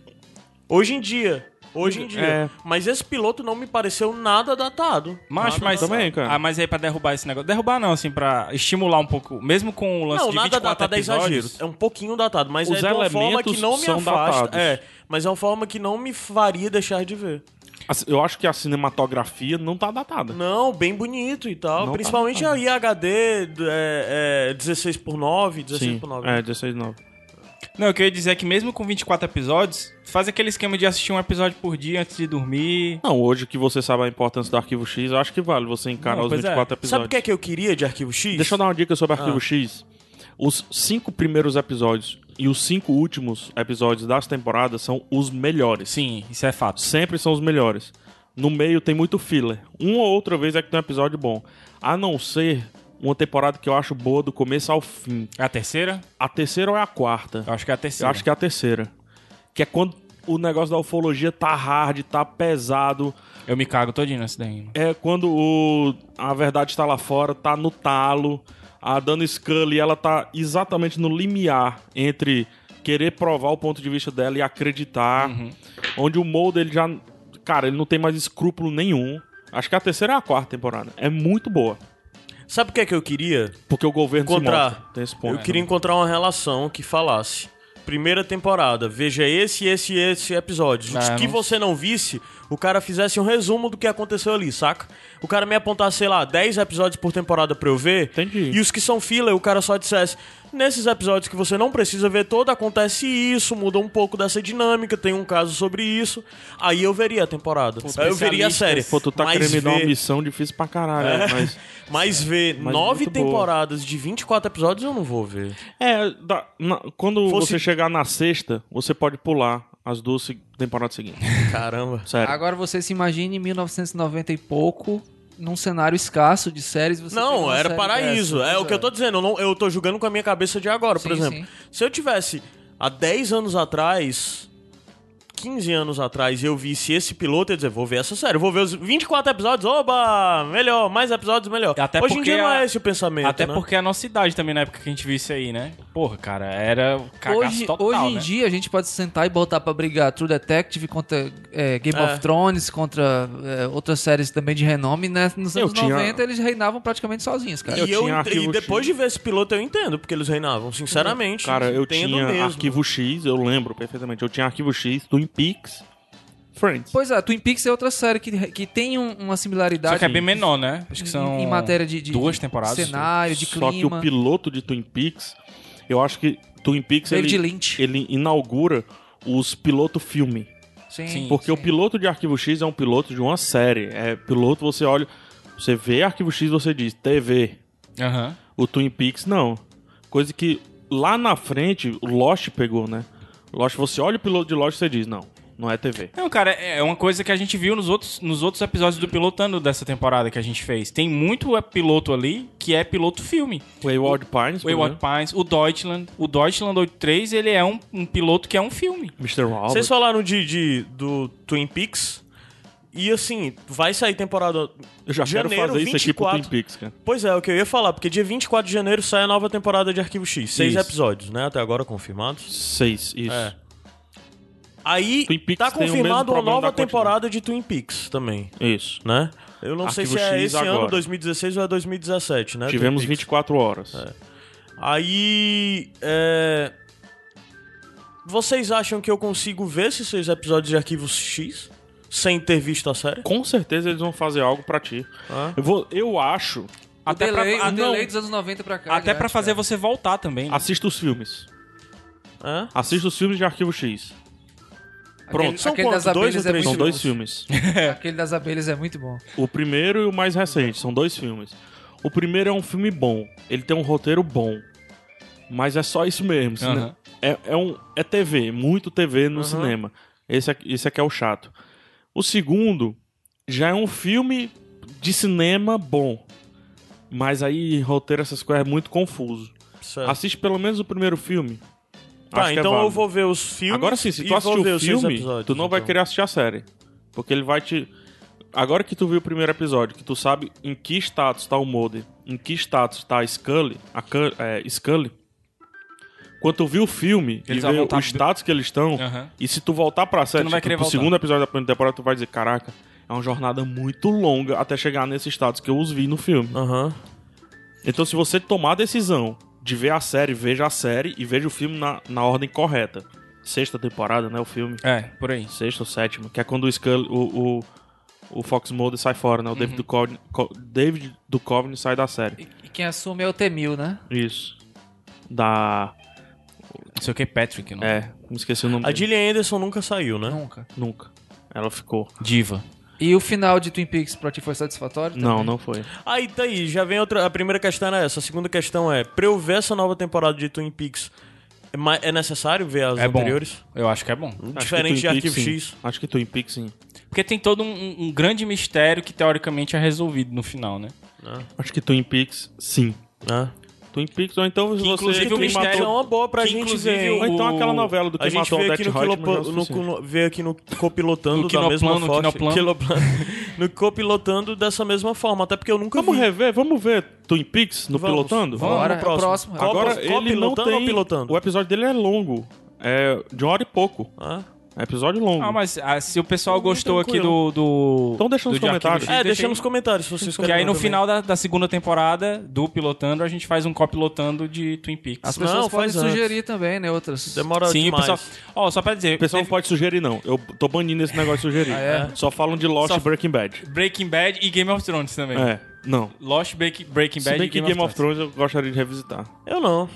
Hoje em dia. Hoje em dia.
É.
Mas esse piloto não me pareceu nada datado.
Macho,
Nada
mas.
datado.
Ah, mas aí pra derrubar esse negócio. Derrubar não, assim, pra estimular um pouco. Mesmo com o lance
não,
de
nada
24
datado é
episódios.
exagero. É um pouquinho datado, mas
Os
é de uma forma
elementos
que não me
são
afasta.
datados.
É, mas é uma forma que não me faria deixar de ver.
Assim, Eu acho que a cinematografia não tá datada.
Não, bem bonito e tal.
Não
Principalmente
tá
a IHD é, é, 16 por 9, 16
Sim,
por 9.
é, 16 9.
Não, o que eu ia dizer é que mesmo com 24 episódios, faz aquele esquema de assistir um episódio por dia antes de dormir.
Não, hoje que você sabe a importância do Arquivo X, eu acho que vale você encarar
Não,
os
pois é.
24 episódios.
Sabe o que é que eu queria de Arquivo X?
Deixa eu dar uma dica sobre Arquivo
Ah.
X. Os cinco primeiros episódios e os cinco últimos episódios das temporadas são os melhores.
Sim, isso é fato.
Sempre são os melhores. No meio tem muito filler. Uma ou outra vez é que tem um episódio bom. A não ser uma temporada que eu acho boa do começo ao fim.
É a terceira?
A terceira ou é a quarta?
Eu acho que é a terceira.
Eu acho que é a terceira. Que é quando o negócio da ufologia tá hard, tá pesado.
Eu me cago todinho nesse daí. mano.
É quando o, a verdade está lá fora, tá no talo. A Dana Scully, ela tá exatamente no limiar entre querer provar o ponto de vista dela e acreditar.
Uhum.
Onde o Mulder, ele já... Cara, ele não tem mais escrúpulo nenhum. Acho que a terceira é a quarta temporada. É muito boa. um-
Sabe o que é que eu queria?
Porque o governo se
encontrar.
mostra. Tem esse ponto.
Eu queria encontrar uma relação que falasse. Primeira temporada, veja esse, esse e esse episódios. Os
Ah,
que
não-
você não visse, o cara fizesse um resumo do que aconteceu ali, saca? O cara me apontasse, sei lá, 10 episódios por temporada pra eu ver.
Entendi.
E os que são fila, o cara só dissesse: nesses episódios que você não precisa ver todo, acontece isso, muda um pouco dessa dinâmica, tem um caso sobre isso. Aí eu veria a temporada. Aí eu veria a série.
Pô, tu tá
Mas
querendo me dar uma
ver-
missão difícil pra caralho,
É.
mas...
Mas ver
Mas
nove
muito boa.
temporadas de 24 episódios eu não vou ver.
É, da- na- quando
Fosse-
você chegar na sexta, você pode pular as duas se- temporadas seguintes.
Caramba.
Sério.
Agora você se imagine em 1990 e pouco, num cenário escasso de séries. Você pegou
Não,
uma
era
série
paraíso.
dessa.
é o que eu tô dizendo. Eu, não, eu tô julgando com a minha cabeça de agora, por
Sim,
exemplo.
sim.
Se eu tivesse há 10 anos atrás, 15 anos atrás, e eu visse esse piloto, eu ia dizer, vou ver essa série, vou ver os 24 episódios, oba! Melhor, mais episódios, melhor.
Até
Hoje em
porque
dia não
a-
é esse o pensamento.
Até
né?
porque é a nossa idade também, na época que a gente viu isso aí, né? Porra, cara, era um cagaço
Hoje,
total,
hoje em
né?
dia a gente pode sentar e botar pra brigar True Detective contra é, Game
É.
of Thrones, contra é, outras séries também de renome, né? Nos
Eu
anos
tinha-
90 eles reinavam praticamente sozinhos, cara.
E, eu
tinha
ent- e
Arquivo
depois de ver esse piloto, eu entendo porque eles reinavam, sinceramente.
Cara, eu
entendo
tinha
mesmo.
arquivo X, eu lembro perfeitamente. Eu tinha arquivo X, Twin Peaks, Friends.
Pois é, Twin Peaks é outra série que, que tem um- uma similaridade.
Só que é bem menor, né? Acho que
Em-
são.
em matéria de- de-
duas
de
temporadas. né?
cenário, um de
Só que
clima.
o piloto de Twin Peaks, eu acho que Twin Peaks
David
ele,
Lynch.
ele inaugura os piloto filme.
Sim,
Porque o piloto de Arquivo X é um piloto de uma série. É piloto, você olha, você vê Arquivo X, você diz TV.
Aham.
O Twin Peaks não. Coisa que lá na frente o Lost pegou, né? Lost, você olha o piloto de Lost e você diz, não, não é TV.
Não, cara, é é uma coisa que a gente viu nos outros, nos outros episódios do pilotando dessa temporada que a gente fez. Tem muito é, piloto ali que é piloto filme.
Wayward Pines, por
Wayward
exemplo.
Pines, o Deutschland. O Deutschland 83, ele é um, um piloto que é um filme.
Mr. Robert.
Vocês falaram de, de- do Twin Peaks. E assim, vai sair temporada.
Eu já
janeiro,
quero fazer
24.
isso aqui pro Twin Peaks, cara.
Pois é, é o que eu ia falar, porque dia 24 de janeiro sai a nova temporada de Arquivo X. Seis
Isso.
episódios, né? Até agora confirmados.
Seis, isso.
É. Aí
Twin Peaks
tá
tem o mesmo
confirmada uma
problema
nova
da quantidade.
temporada de Twin Peaks também,
Isso.
né? Eu não sei
Arquivo
se é
X
esse ano,
agora.
2016 ou é 2017, né?
Tivemos
Twin Peaks. É.
24 horas.
Aí. É... Vocês acham que eu consigo ver esses seis episódios de Arquivo X sem ter visto a série?
Com certeza eles vão fazer algo pra ti.
Hã?
Eu, vou, eu acho.
O
Até pra-
delay,
ah,
o
não.
delay dos anos 90 pra cá. é
Até pra
grande,
fazer
cara.
você voltar também. né?
Assista os filmes.
Hã?
Assista os filmes de Arquivo X.
Aquele,
Pronto.
São
aquele das
quanto? Dois
abelhas
ou
é muito
três?
São
bom.
dois filmes.
Aquele das abelhas é muito bom.
O primeiro e o mais recente, são dois filmes. O primeiro é um filme bom, ele tem um roteiro bom. Mas é só isso mesmo. cine-
Aham.
É, é um, é TV, muito TV no cinema. Esse, aqui- esse aqui é o chato. O segundo já é um filme de cinema bom. Mas aí roteiro essas coisas é muito confuso.
Certo.
Assiste pelo menos o primeiro filme.
É. Tá,
Acho que é
então eu
válido.
vou ver os filmes.
Agora sim, se
e
tu
vou
assistir
ver
o
os seis
filme,
episódios,
tu não vai
então.
querer assistir a série. Porque ele vai te. Agora que tu viu o primeiro episódio, que tu sabe em que status tá o Mulder, em que status tá a Scully, a Cu- é, Scully. Quando tu viu o filme
Eles
e
vão
vê
voltar- É.
o status que eles estão,
Aham.
e se tu voltar pra série,
não vai
tipo,
querer
pro
voltar.
segundo episódio da primeira temporada, tu vai dizer, caraca, é uma jornada muito longa até chegar nesse status que eu os vi no filme. Então se você tomar a decisão de ver a série, veja a série e veja o filme na, na ordem correta. Sexta temporada, né, o filme?
É, por aí.
Sexta ou sétima, que é quando o Scully, o, o, o Fox Mulder sai fora, né? O David
Uhum.
Duchovny, Co- David Duchovny sai da série.
E quem assume é o Temil, né?
Isso. Da...
Não sei o que, Patrick, não
É, me esqueci o nome
A
dele.
Gillian Anderson nunca saiu, né?
Nunca.
Nunca. Ela ficou.
Diva.
E o final de Twin Peaks pra ti foi satisfatório?
Não,
também?
não foi.
Aí tá aí, já vem outra. A primeira questão era essa. A segunda questão é: pra eu ver essa nova temporada de Twin Peaks, é ma- é necessário ver as
É bom.
anteriores?
Eu acho que é bom.
Diferente de
Acho que Twin
Arquivo
Peaks,
X.
sim. Acho que Twin Peaks, sim.
Porque tem todo um- um, um grande mistério que teoricamente é resolvido no final, né?
Acho que Twin Peaks, sim.
Ah.
Twin Peaks, ou então você...
inclusive o
quem matou-
mistério é uma boa pra
que
gente
inclusive
ver.
um o- Ou então aquela novela do
A
Quem
gente
Matou
vê
o
aqui
Det
no
Hot,
Quilopo-
mas é o
no-
suficiente.
no- Vê aqui no Copilotando
No
da mesma
Quinoplano,
forma.
Quinoplano.
Quinoplano. no Copilotando dessa mesma forma. Até porque eu nunca
Vamos
vi.
rever, vamos ver Twin Peaks no
Vamos.
pilotando?
Vamos Bora, no é o próximo. próximo.
Agora
Copo-
ele não
copilotando ou
tem...
pilotando?
O episódio dele é longo. É de uma hora e pouco.
Ah.
É episódio longo.
Ah, mas ah, se o pessoal gostou aqui
tranquilo.
do. do
Então deixa nos
do De Arquivo
comentários.
X,
É, deixa
aí.
nos comentários se vocês
Que aí no
também.
final da, da segunda temporada do Pilotando, a gente faz um copilotando de Twin Peaks.
As pessoas podem sugerir também, né? Outras.
Demora
Sim,
demais.
pessoal. Ó, só pra dizer,
O pessoal não pode sugerir, não. Eu tô banindo esse negócio de sugerir.
Ah, é?
Só falam de Lost
Só-
e Breaking Bad.
Breaking Bad e Game of Thrones também.
É, não.
Lost, Break- Breaking
Se
Bad
bem
e
que Game of Thrones eu gostaria de revisitar.
Eu não.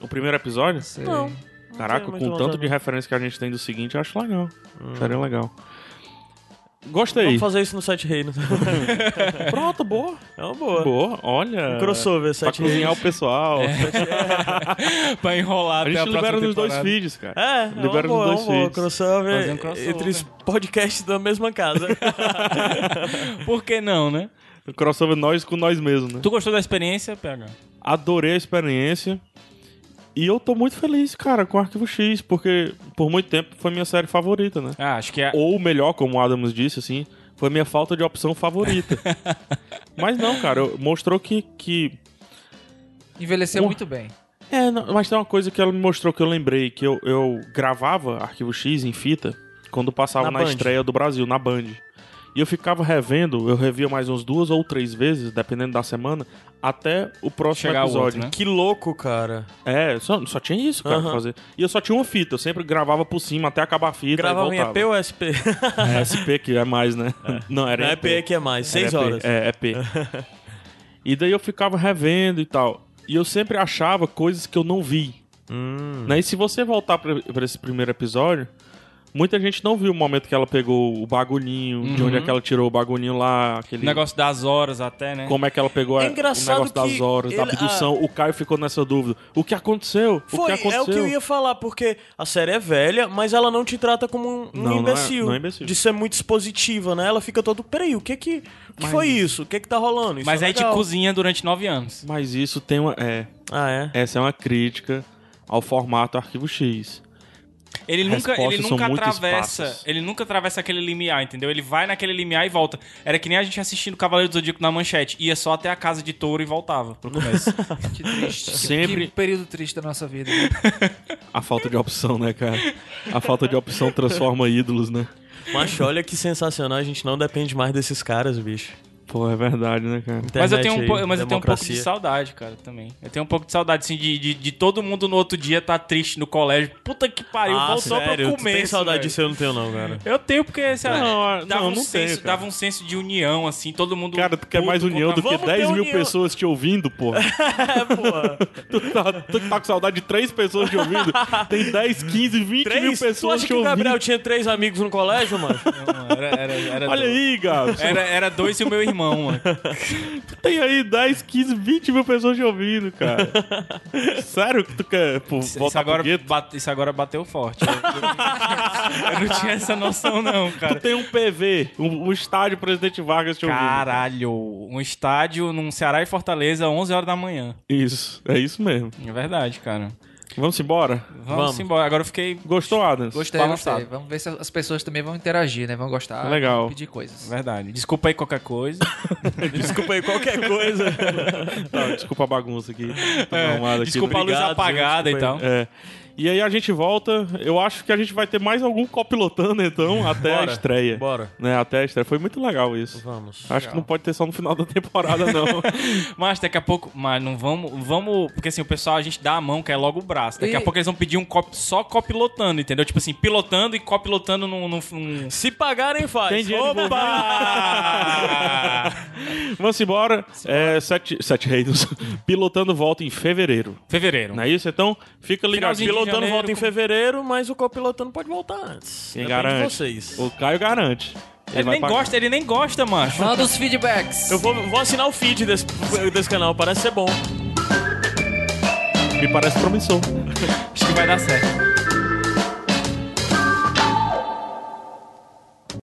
O primeiro episódio?
Não.
Caraca,
tenho
com
muito
o
vontade,
tanto de referência que a gente tem do seguinte, eu acho legal.
Hum.
Seria legal. Gostei.
Vamos fazer isso no Sete Reinos.
Pronto, boa.
É uma boa.
Boa, olha.
Um crossover,
Pra
sete É,
cozinhar
reis.
o pessoal.
pra enrolar até
A
a
gente
próxima
libera nos dois
temporada.
feeds, cara.
É,
libera
é uma
nos
boa, é
dois
uma boa.
feeds.
Fazer
Crossover,
um crossover.
entre os podcasts da mesma casa.
Por que não, né?
O Um crossover nós com nós mesmos, né?
Tu gostou da experiência, PH?
Adorei a experiência. E eu tô muito feliz, cara, com o Arquivo X, porque por muito tempo foi minha série favorita, né?
Ah, acho que é.
Ou melhor, como o Adams disse, assim, foi minha falta de opção favorita. Mas não, cara, eu- mostrou que, que
Envelheceu
Porra.
muito bem.
É, não, mas tem uma coisa que ela me mostrou que eu lembrei, que eu, eu gravava Arquivo X em fita quando passava
Na
na,
Band.
estreia do Brasil, na Band. E eu ficava revendo, eu revia mais uns duas ou três vezes, dependendo da semana, até o próximo
Chegar ao
episódio.
outro, né?
que louco, cara.
É, só, só tinha isso, cara, pra
Aham.
fazer. E eu só tinha uma fita, eu sempre gravava por cima até acabar a
Então,
fita
Grava
e
em EP
voltava.
um ou SP?
É, SP que é mais, né? Não, era
Não,
em
EP é que é mais,
Era
seis
EP,
horas.
É, EP. e daí eu ficava revendo e tal. E eu sempre achava coisas que eu não vi. Né? E se você voltar pra pra esse primeiro episódio, muita gente não viu o momento que ela pegou o bagulhinho, de onde é que ela tirou o bagulhinho lá, aquele.
O um negócio das horas até, né?
Como é que ela pegou
É
a- o
engraçado
negócio das
que
horas, da
ele- ah.
abdução? O Caio ficou nessa dúvida. O que aconteceu?
Foi,
o que aconteceu?
é o que eu ia falar, porque a série é velha, mas ela não te trata como um, um
Não, não é-
imbecil,
não é imbecil.
De ser muito expositiva, né? Ela fica todo, peraí, o que que, o que foi isso? O que que tá rolando? Isso
Mas
é
aí te
legal."
cozinha durante nove anos.
Mas isso tem uma. É,
Ah, é?
essa é uma crítica ao formato Arquivo X.
Ele
As
nunca, ele
respostas são
nunca
muito
atravessa.
esparsas.
Ele nunca atravessa aquele limiar, entendeu? Ele vai naquele limiar e volta. Era que nem a gente assistindo Cavaleiro do Zodíaco na manchete. Ia só até a casa de touro e voltava pro começo.
Que triste. Que-
Sempre-
Que período triste da nossa vida.
A falta de opção, né, cara? A falta de opção transforma ídolos, né?
Mas olha que sensacional, a gente não depende mais desses caras, bicho.
Pô, é verdade, né, cara?
mas eu
Internet
tenho, um,
aí,
po- mas eu tenho um pouco de
democracia.
saudade, cara, também. Eu tenho um pouco de saudade, assim, de, de, de todo mundo no outro dia tá triste no colégio. Puta que pariu,
Ah,
voltou
sério?
pro
Tu
começo.
tem saudade
velho.
disso? Eu não tenho não, cara.
Eu tenho porque, sei lá,
Não,
dava,
ah, não,
um
não tenho,
senso,
cara.
dava um senso de união, assim, todo mundo.
Cara, tu quer
puto
mais união
contra-
do que
Vamos ter
10 mil
união.
pessoas te ouvindo, porra.
É, porra.
tu, tá, tu tá com saudade de 3 pessoas te ouvindo? Tem 10, 15, 20 mil
Três? Tu
pessoas
acha
te
que o
ouvindo.
Gabriel tinha três amigos no colégio, mano?
Não, Era, era, era
Olha
dois.
aí, Gabs.
É.
Era, era dois e o meu irmão, mano.
Tem aí 10, 15, 20 mil pessoas te ouvindo, cara. Sério que tu quer pô,
Isso,
voltar
agora
pro gueto?
bate- isso agora bateu forte. Eu, eu- eu não tinha essa noção, não,
Tu
cara.
tem um PV, um, um estádio Presidente Vargas te ouvindo.
Caralho, um estádio num Ceará e Fortaleza, 11 horas da manhã.
Isso, é isso mesmo.
É verdade, cara.
Vamos embora?
Vamos, embora. Agora eu fiquei.
Gostou, Adams?
Gostei, gostei. Vamos ver se as pessoas também vão interagir, né? Vão gostar.
Legal.
vão Pedir coisas.
Verdade. Desculpa aí qualquer coisa.
Desculpa aí qualquer coisa.
Tá, desculpa a bagunça aqui. Tô
É,
arrumado aqui.
desculpa a luz
Obrigado,
apagada então. e
gente, desculpa
tal.
aí. É. E aí a gente volta. Eu acho que a gente vai ter mais algum copilotando, então, até
Bora,
a estreia.
bora.
Né, até a estreia. Foi muito legal isso.
Vamos.
Acho que não pode ter só no final da temporada, não.
Mas daqui a pouco. Mas não vamos. Vamos. Porque assim, o pessoal, a gente dá a mão, que é logo o braço. Daqui a
E-
pouco eles vão pedir um cop, só copilotando, entendeu? Tipo assim, pilotando e copilotando num. num, num...
Se pagarem, faz.
Tem dinheiro
Opa!
Vamos embora. É, sete, sete Reinos. Pilotando volta em fevereiro.
Fevereiro.
Não é isso? Então, fica ligado.
Finalzinho de
pilotando
janeiro,
volta em
com-
fevereiro, mas o copilotando pode voltar antes.
Quem
Depende
É
garante?
de vocês.
O Caio garante.
Ele,
vai
nem
pagar.
gosta, ele nem gosta, macho.
Manda os feedbacks.
Eu vou, vou assinar o feed desse, desse canal, parece ser bom.
Me parece promissor.
Acho que vai dar certo.